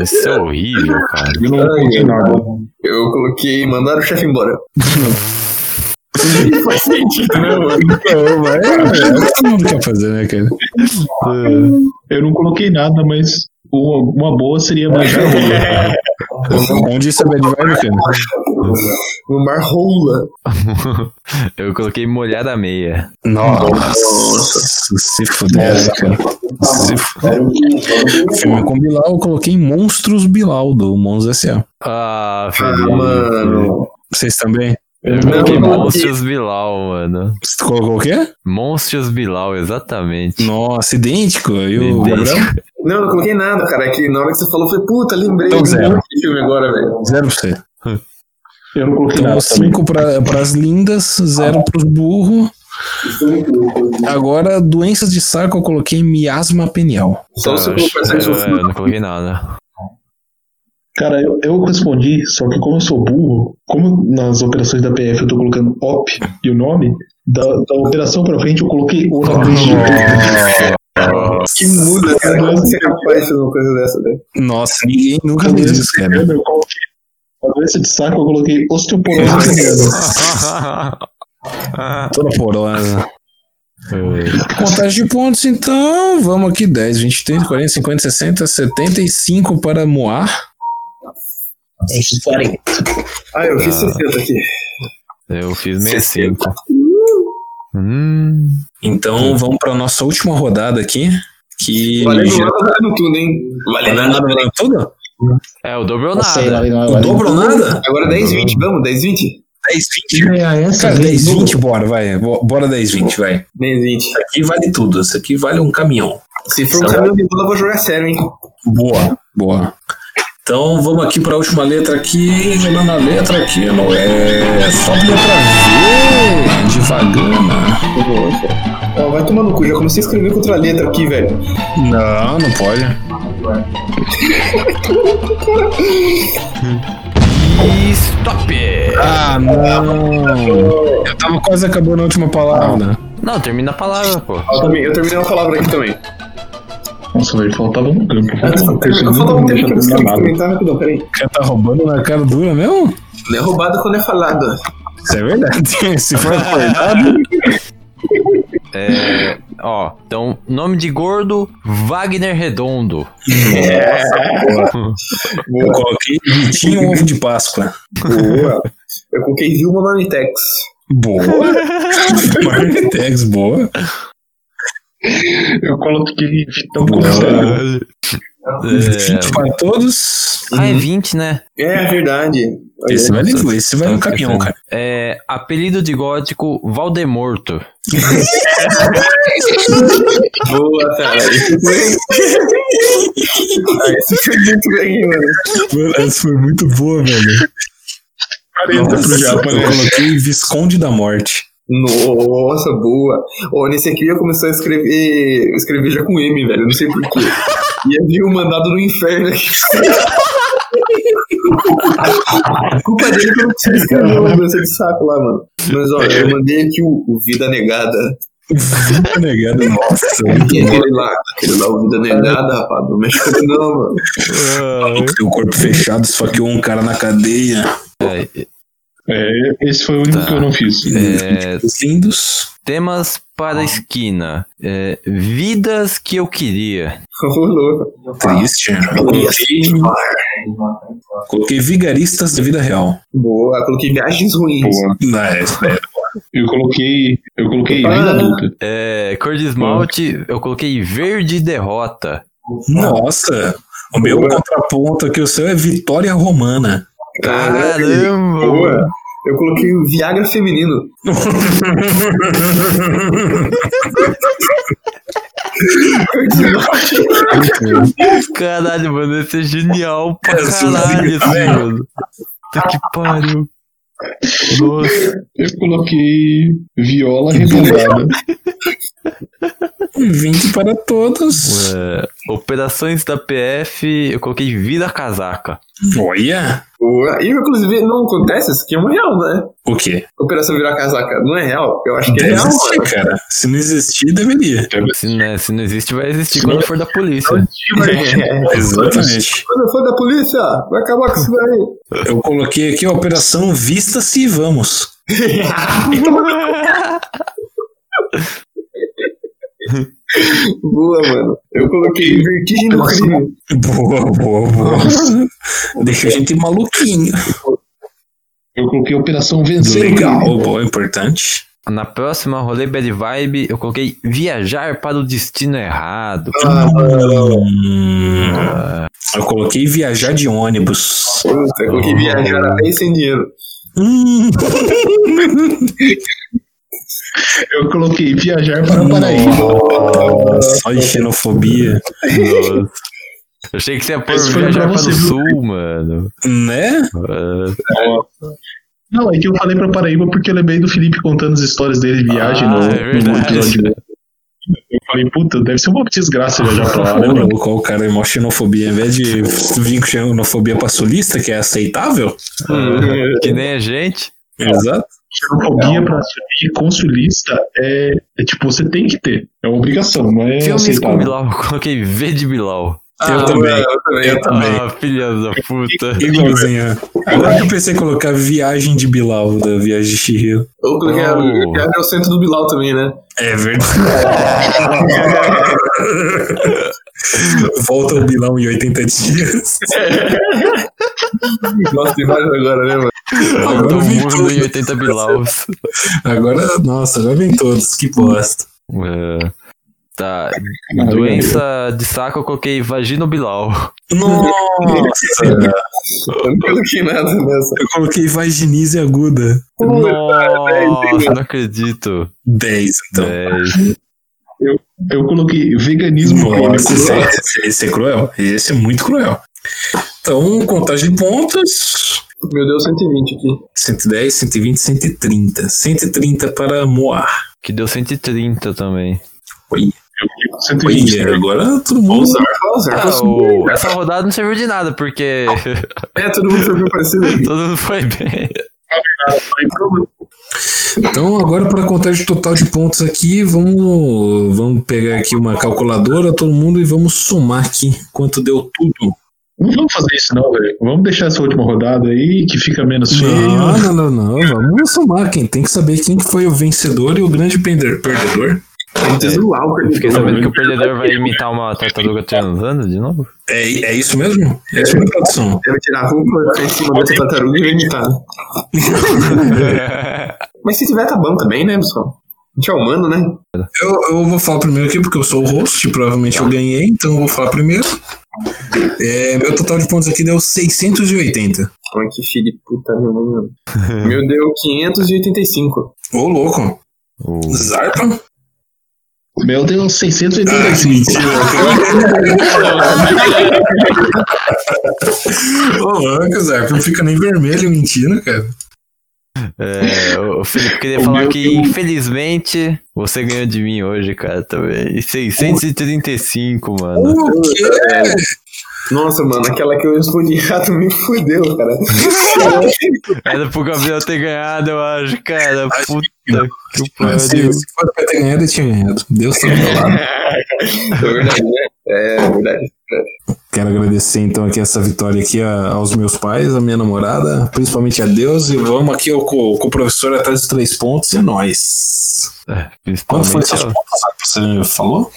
Speaker 7: Isso é horrível, cara.
Speaker 8: Eu não coloquei nada.
Speaker 6: Eu coloquei mandar o chefe embora. Não faz sentido, né, mano?
Speaker 5: É, todo mundo quer fazer, né, cara?
Speaker 8: Eu não coloquei nada, mas uma, uma boa seria beijar a rola.
Speaker 5: Onde isso é Bad Vibe, cara?
Speaker 6: No mar rola.
Speaker 7: Eu coloquei molhada a meia.
Speaker 5: Nossa, se fuder, né, cara. Se fuder. Filme com Bilal, eu coloquei Monstros Bilal, do Mons S.A.
Speaker 7: Ah,
Speaker 6: Ah,
Speaker 7: Felipe.
Speaker 6: mano.
Speaker 5: Vocês também?
Speaker 7: Eu coloquei
Speaker 6: Não, não.
Speaker 7: Monstros Bilal, mano.
Speaker 5: Você colocou o quê?
Speaker 7: Monstros Bilal, exatamente.
Speaker 5: Nossa, idêntico. E o
Speaker 7: Idêntico.
Speaker 5: Gabriel?
Speaker 6: Não, não coloquei nada, cara. É que na hora que você falou, eu falei, puta, lembrei
Speaker 5: Então
Speaker 6: de um
Speaker 5: zero.
Speaker 6: monte de filme agora, velho.
Speaker 5: Zero pra você.
Speaker 8: Eu não coloquei
Speaker 5: Então,
Speaker 8: nada também.
Speaker 5: 5 para as lindas, 0 para os burros. Agora, doenças de saco, eu coloquei miasma penial.
Speaker 6: Só se eu
Speaker 7: acho-
Speaker 6: colocar essa
Speaker 7: eu, eu
Speaker 6: sofrida.
Speaker 7: não coloquei nada.
Speaker 8: Cara, eu, eu respondi, só que como eu sou burro, como nas operações da PF eu tô colocando OP e o nome, da, da operação pra frente eu coloquei O na frente de tudo.
Speaker 6: Que muda, cara. Como você é capaz de fazer uma coisa dessa, velho?
Speaker 5: Nossa, ninguém nunca
Speaker 8: A
Speaker 5: fez
Speaker 8: doença
Speaker 5: isso, é
Speaker 8: de
Speaker 5: cara.
Speaker 8: cana, eu coloquei. A doença de saco eu coloquei osteoporose caniana.
Speaker 5: Toda porosa. Contagem de pontos, então. Vamos aqui: 10, 20, 30, 40, 50, 60, 75 para Moar.
Speaker 6: Ah, eu fiz 60 aqui.
Speaker 7: eu fiz 65. Hum,
Speaker 5: Então, vamos para nossa última rodada aqui. Que.
Speaker 6: Valendo nada, valendo tudo, hein? Valendo
Speaker 5: Nada,
Speaker 6: nada.
Speaker 5: nada, tudo?
Speaker 7: é, o dobro ou
Speaker 4: Tá
Speaker 8: Sei lá,
Speaker 7: nada.
Speaker 8: lá, lá.
Speaker 5: O dobro ou nada?
Speaker 6: Agora 10, 20. Vamos, 10, 20?
Speaker 5: 10, 20.
Speaker 8: É essa
Speaker 5: Cara, 10,
Speaker 8: vez,
Speaker 5: 20, bora, vai. Bo- Bora 10, 20, vai.
Speaker 6: 10, 20.
Speaker 5: Aqui vale tudo. Isso aqui vale um caminhão.
Speaker 6: Se for um caminhão de bola, eu vou jogar sério, hein?
Speaker 5: Boa, boa. Então vamos aqui para a última letra aqui, jogando a letra aqui, não é? é Só letra V de vagana.
Speaker 6: Ó, vai tomar no cu, já comecei a escrever contra a letra aqui, velho.
Speaker 5: Não, não pode.
Speaker 7: E stop!
Speaker 5: Ah, não. Eu tava quase acabando a última palavra.
Speaker 7: Não, termina a palavra, pô.
Speaker 6: Ó, também, eu terminei uma palavra aqui também.
Speaker 8: Nossa, velho, faltava um campo.
Speaker 6: Antes,
Speaker 8: Faltava
Speaker 6: eu
Speaker 8: um
Speaker 6: vou
Speaker 8: terceiro,
Speaker 6: falar um
Speaker 8: não
Speaker 6: tema que eu preciso
Speaker 8: tinha nada.
Speaker 6: comentar rapidão, peraí.
Speaker 5: O cara tá roubando na cara dura mesmo?
Speaker 6: Não é roubado quando é falado.
Speaker 5: Isso é verdade. Se for acordado.
Speaker 7: É, ó, então, nome de gordo, Wagner Redondo.
Speaker 5: Eu coloquei Vitinho um ovo de Páscoa.
Speaker 6: Boa. Eu coloquei Vilma Marmitex.
Speaker 5: Boa. Marmitex, boa.
Speaker 8: Eu coloquei Vitão
Speaker 5: Boa.
Speaker 8: Costello.
Speaker 7: É,
Speaker 5: Para todos.
Speaker 7: ah, é 20, né?
Speaker 6: É, verdade. Olha,
Speaker 5: Esse vai, esse vai no caminhão, cara.
Speaker 7: É, apelido de gótico, Valdemorto.
Speaker 6: Boa, cara. Isso foi... ah, isso foi muito bem, mano.
Speaker 5: Mano, essa foi muito boa, velho.
Speaker 8: careta pro Japa,
Speaker 5: eu
Speaker 8: né?
Speaker 5: coloquei Visconde da Morte.
Speaker 6: Nossa, boa. Ó, nesse aqui eu ia começar a escrever. Escrever já com M, velho. Não sei porquê. E havia o mandado no inferno aqui. A culpa dele que eu não tinha escrever uma mudança de saco lá, mano. Mas olha, eu mandei aqui o, o Vida Negada.
Speaker 5: Tá ligado? Nossa,
Speaker 6: E aquele lá, aquele lá, o Vida Negada, rapaz. Não mexe com ele, não, mano.
Speaker 5: o corpo fechado esfaqueou um cara na cadeia.
Speaker 8: É, esse foi o único
Speaker 7: Tá.
Speaker 8: que eu não fiz.
Speaker 7: É,
Speaker 5: Os lindos.
Speaker 7: temas para a esquina. É, vidas que eu queria.
Speaker 6: Ô, louco. assim,
Speaker 5: Triste. Eu coloquei, coloquei vigaristas da vida real.
Speaker 6: Boa, coloquei viagens ruins.
Speaker 8: Boa.
Speaker 5: Não, é, é,
Speaker 8: Eu coloquei. Eu coloquei
Speaker 6: Ah.
Speaker 8: vida adulta.
Speaker 7: É, cor de esmalte, eu coloquei verde derrota.
Speaker 5: Nossa, o meu contraponto aqui, o seu é Vitória Romana.
Speaker 7: Caramba!
Speaker 6: Boa. Eu coloquei o Viagra feminino.
Speaker 7: Caralho, mano, esse é genial pra caralho, esse mano. Puta que pariu. Nossa,
Speaker 8: Eu coloquei viola arrebentada.
Speaker 5: Um Vinte para todos.
Speaker 7: é, operações da PF, eu coloquei vira casaca.
Speaker 5: Olha.
Speaker 6: Boa. E inclusive não acontece, isso aqui é uma real, né?
Speaker 5: O quê?
Speaker 6: Operação virar casaca não é real? Eu acho que é
Speaker 5: Deve
Speaker 6: real,
Speaker 5: existir,
Speaker 6: mano.
Speaker 5: cara. Se não existir, deveria.
Speaker 7: Se, né, se não existe, vai existir quando for da polícia.
Speaker 5: Exatamente.
Speaker 6: tipo, Quando for da polícia, vai acabar com isso daí.
Speaker 5: Eu coloquei aqui a operação Vista-se e Vamos.
Speaker 6: Boa, mano. Eu coloquei vertigem do crime.
Speaker 5: Boa, boa, boa. Deixa a gente maluquinho.
Speaker 8: Eu coloquei operação vencer.
Speaker 5: Legal, boa, importante.
Speaker 7: Na próxima rolê Bad Vibe, eu coloquei viajar para o destino errado.
Speaker 5: Hum, eu coloquei viajar de ônibus.
Speaker 6: Puta, eu coloquei viajar a pé e sem dinheiro.
Speaker 5: Hum,
Speaker 8: Eu coloquei viajar para o Paraíso.
Speaker 5: nossa, olha a xenofobia.
Speaker 7: Nossa. Eu achei que você ia pôr
Speaker 8: Esse foi
Speaker 7: viajar
Speaker 8: pra
Speaker 7: para o
Speaker 8: você, viu?
Speaker 7: sul, mano.
Speaker 5: Né?
Speaker 7: Ah,
Speaker 8: Não, é que eu falei pra Paraíba porque eu lembrei do Felipe contando as histórias dele de viagem
Speaker 7: Ah,
Speaker 8: no,
Speaker 7: é
Speaker 8: no
Speaker 7: verdade.
Speaker 8: episódio. Eu falei, puta, deve ser uma desgraça viajar pra lá, né,
Speaker 5: Ô,
Speaker 8: mano?
Speaker 5: louco, o cara é mó xenofobia. Em vez de vir com xenofobia pra sulista, que é aceitável.
Speaker 7: ah, que nem a gente.
Speaker 5: Exato.
Speaker 8: Xenofobia um pra subir consulista é, é tipo, você tem que ter. É uma obrigação, não é
Speaker 7: Filmes com
Speaker 8: aceitável.
Speaker 7: Bilal, eu coloquei V de Bilal.
Speaker 5: eu também.
Speaker 6: Ah, Eu também.
Speaker 5: Eu também.
Speaker 7: Ah, filha da puta.
Speaker 5: Igualzinho. é. Agora que eu pensei em colocar viagem de Bilal, da viagem de Chihiro.
Speaker 6: Eu coloquei a-
Speaker 7: Oh.
Speaker 6: viajar ao centro do Bilal também, né?
Speaker 5: É verdade. Volta ao Bilal em 80 dias.
Speaker 6: Nossa, tem vários agora, né, mano?
Speaker 5: Agora
Speaker 7: Todo
Speaker 5: vem
Speaker 7: mundo em
Speaker 5: todos.
Speaker 7: 80 Bilaus.
Speaker 5: Agora, nossa, agora vem todos. Que bosta.
Speaker 7: Ah, tá. Doença de saco, eu coloquei vagino Bilal.
Speaker 5: Nossa!
Speaker 6: Eu não coloquei nada nessa.
Speaker 5: Eu coloquei vaginise aguda.
Speaker 7: Nossa, não acredito.
Speaker 5: 10, então.
Speaker 7: É,
Speaker 8: Eu coloquei veganismo
Speaker 5: Nossa,
Speaker 8: crônico.
Speaker 5: esse, esse- esse é cruel. Esse é muito cruel. Então, contagem de pontos.
Speaker 6: Meu Deus, 120 aqui.
Speaker 5: 110, 120, 130. 130 para Moar.
Speaker 7: que deu 130 também.
Speaker 5: Oi,
Speaker 8: 120, né?
Speaker 5: agora todo mundo.
Speaker 6: Bowser,
Speaker 7: Ah, o- essa rodada não serviu de nada, porque
Speaker 6: É, todo mundo foi bem parecido.
Speaker 7: todo mundo foi bem.
Speaker 5: Então, agora para a contagem total de pontos aqui, vamos, vamos pegar aqui uma calculadora, todo mundo, e vamos somar aqui quanto deu tudo.
Speaker 8: Não vamos fazer isso, não, velho. Vamos deixar essa última rodada aí, que fica menos feio.
Speaker 5: Não, não, não, não. Vamos somar quem tem que saber quem que foi o vencedor e o grande pender- perdedor.
Speaker 6: Diz o Walker.
Speaker 7: Fiquei sabendo que o perdedor vai imitar uma tartaruga transando de novo.
Speaker 5: É, é isso mesmo? É isso mesmo, produção?
Speaker 6: Deve tirar a roupa, colocar em cima dessa tartaruga e vai imitar. Mas se tiver, tá bom também, né, pessoal? A gente é humano, né?
Speaker 5: Eu, eu vou falar primeiro aqui, porque eu sou o host, provavelmente eu ganhei, então eu vou falar primeiro. É, meu total de pontos aqui deu 680.
Speaker 6: Ai, que filho de puta, minha mãe, mano. Meu deu 585.
Speaker 5: Ô, louco. Zarpa?
Speaker 8: Meu Deus,
Speaker 9: Ah,
Speaker 8: 685.
Speaker 5: mentira. Ô, louco, Zarpa. Não fica nem vermelho, mentira, cara.
Speaker 7: É, o o Felipe queria
Speaker 8: O
Speaker 7: falar
Speaker 8: meu
Speaker 7: que,
Speaker 8: tem um-
Speaker 7: infelizmente, você ganhou de mim hoje, cara, também. E 635, mano.
Speaker 9: O quê?
Speaker 6: É. Nossa, mano, aquela que eu respondi errado me fudeu, cara.
Speaker 7: Era pro Gabriel ter ganhado, eu acho, cara. Puta que
Speaker 9: Mas
Speaker 7: pariu.
Speaker 9: Se, se fosse pra ter ganhado, eu tinha ganhado. Deus tá do meu lado.
Speaker 6: É verdade, né? É verdade.
Speaker 5: Quero agradecer então aqui essa vitória aqui a- aos meus pais, à minha namorada, principalmente a Deus. E vamos aqui ó, com, com o professor atrás dos três pontos e é nóis.
Speaker 7: É,
Speaker 5: Quanto foi seus
Speaker 7: Principalmente.
Speaker 5: pontos sabe, que você falou?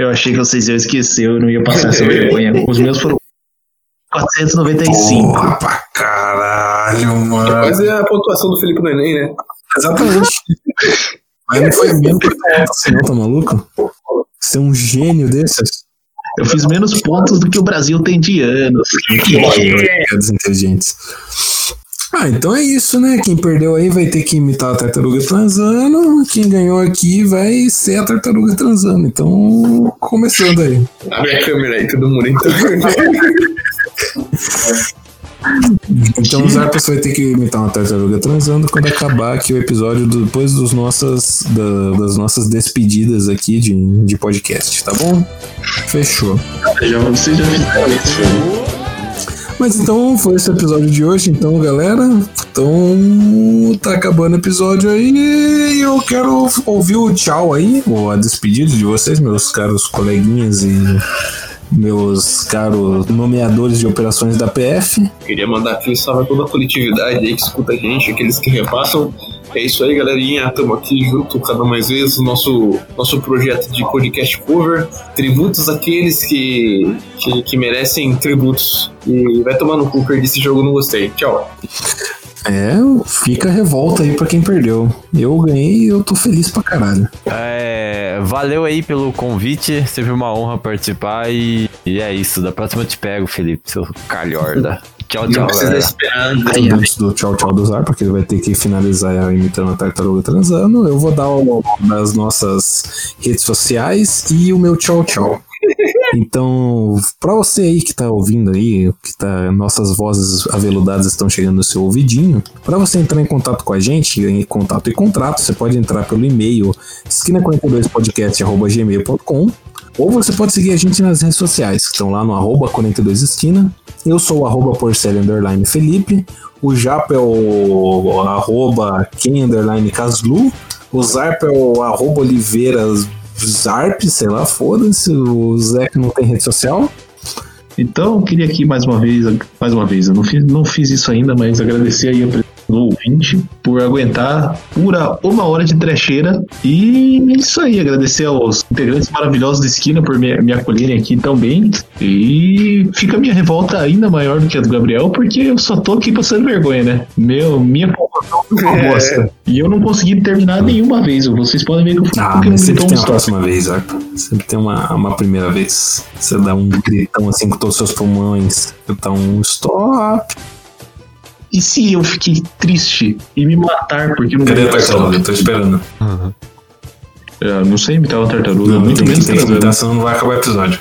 Speaker 8: Eu achei que vocês iam esquecer, eu não ia passar essa vergonha. Os meus foram 495.
Speaker 9: Porra pra caralho, mano.
Speaker 6: Quase é a pontuação do Felipe no Enem, né?
Speaker 5: Exatamente. Mas não foi mesmo por conta, assim, não, tá maluco? Você é um gênio desses?
Speaker 8: Eu fiz menos pontos do que o Brasil tem de anos.
Speaker 5: Piadas É, inteligentes. Ah, então é isso, né? Quem perdeu aí vai ter que imitar a tartaruga transando. Quem ganhou aqui vai ser a tartaruga transando. Então, começando aí.
Speaker 6: Abre a câmera aí, todo mundo então.
Speaker 5: Então o Zarpas vai ter que imitar uma tartaruga transando quando acabar aqui o episódio do- depois dos nossas, da- das nossas despedidas aqui de, de podcast, tá bom? Fechou.
Speaker 8: Já, vocês já fizeram isso.
Speaker 5: Mas então foi esse o episódio de hoje, então, galera. Então tá acabando o episódio aí e eu quero ouvir o tchau aí, ou a despedida de vocês, meus caros coleguinhas e meus caros nomeadores de operações da PF.
Speaker 6: Queria mandar aqui um salve a toda a coletividade aí que escuta a gente, aqueles que repassam. É isso aí, galerinha. Estamos aqui junto cada mais vezes. Nosso, nosso projeto de podcast cover. Tributos àqueles que, que, que merecem tributos. E vai tomar no cu, perdi esse jogo, não gostei. Tchau.
Speaker 5: É, fica a revolta aí pra quem perdeu. Eu ganhei e eu tô feliz pra caralho.
Speaker 7: É, valeu aí pelo convite, sempre uma honra participar e, e é isso. Da próxima eu te pego, Felipe, seu calhorda. Tchau, tchau,
Speaker 6: Não precisa
Speaker 7: galera.
Speaker 6: esperar.
Speaker 5: Antes do tchau tchau do Zar, porque ele vai ter que finalizar imitando a tartaruga transando, eu vou dar o das nossas redes sociais e o meu tchau tchau. Então, pra você aí que tá ouvindo aí, que tá, nossas vozes aveludadas estão chegando no seu ouvidinho, pra você entrar em contato com a gente, em contato e contrato, você pode entrar pelo e-mail esquina42podcast@gmail.com ou você pode seguir a gente nas redes sociais, que estão lá no arroba 42esquina. Eu sou o arroba porcelli underline Felipe, o Japa é o arroba quem underline Caslu, o Zarp é o arroba Oliveira Zarp, sei lá, foda-se, o Zé que não tem rede social.
Speaker 8: Então, eu queria aqui mais uma vez, mais uma vez, eu não fiz, não fiz isso ainda, mas agradecer aí a presença do ouvinte por aguentar pura uma hora de trecheira. E é isso aí, agradecer aos integrantes maravilhosos da esquina por me, me acolherem aqui tão bem. E fica a minha revolta ainda maior do que a do Gabriel, porque eu só tô aqui passando vergonha, né? Meu, minha conclusão foi
Speaker 5: É.
Speaker 8: uma bosta. E eu não consegui terminar nenhuma vez, vocês podem ver que eu fui
Speaker 5: Ah,
Speaker 8: porque eu um
Speaker 5: mas sempre
Speaker 8: gritou
Speaker 5: tem
Speaker 8: uns
Speaker 5: uma próxima vez, Zarp. Sempre tem uma, uma primeira vez. Você dá um gritão assim com todos os seus pulmões, dá um stop.
Speaker 8: E se eu fiquei triste e me matar porque não
Speaker 5: Cadê a
Speaker 8: ganhei essa
Speaker 5: tartaruga? Eu tô esperando.
Speaker 8: Eu não sei imitar uma tartaruga,
Speaker 5: Não, não tem
Speaker 8: muito
Speaker 5: que
Speaker 8: menos
Speaker 5: ter
Speaker 8: transando.
Speaker 5: senão não vai acabar o episóio.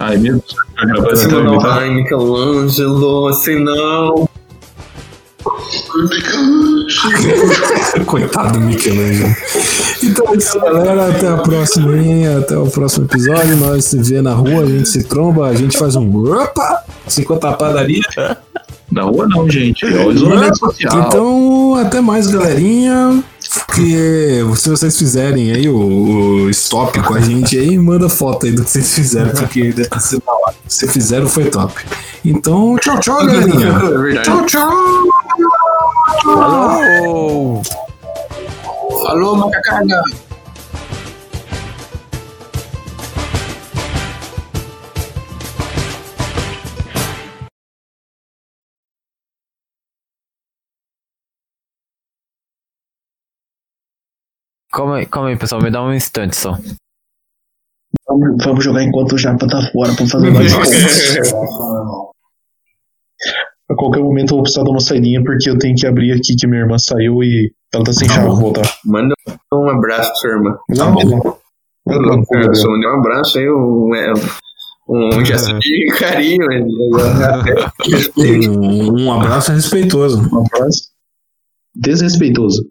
Speaker 8: Ai, mesmo? Tá gravando,
Speaker 6: Você
Speaker 8: então,
Speaker 6: não
Speaker 8: imitar?
Speaker 6: vai, Michelangelo, assim não.
Speaker 5: Coitado do Michelangelo. Então é isso, galera. Até a próxima, hein? Até o próximo episódio. Nós se vê na rua, a gente se tromba, a gente faz um opa! 50 padaria. Né?
Speaker 8: Na rua não, gente. É o isolamento social.
Speaker 5: Então, até mais, galerinha. Que se vocês fizerem aí o, o stop com a gente aí, manda foto aí do que vocês fizeram, porque deve ser da hora. Se fizeram, foi top. Então, tchau, tchau, galerinha.
Speaker 6: É verdade.
Speaker 5: Tchau, tchau.
Speaker 7: Falou!
Speaker 6: Alô, macacarga.
Speaker 7: Calma aí, calma aí, pessoal, me dá um instante só.
Speaker 8: Vamos, vamos jogar enquanto o Japa tá fora pra fazer mais pontos. A qualquer momento eu vou precisar dar uma saidinha porque eu tenho que abrir aqui que minha irmã saiu e ela tá sem chave pra voltar.
Speaker 6: Manda um abraço pra sua irmã.
Speaker 8: Não, não.
Speaker 6: Anderson, um abraço aí, um, é, um gesto de carinho. né?
Speaker 5: Um, um abraço respeitoso.
Speaker 8: Um abraço. Desrespeitoso.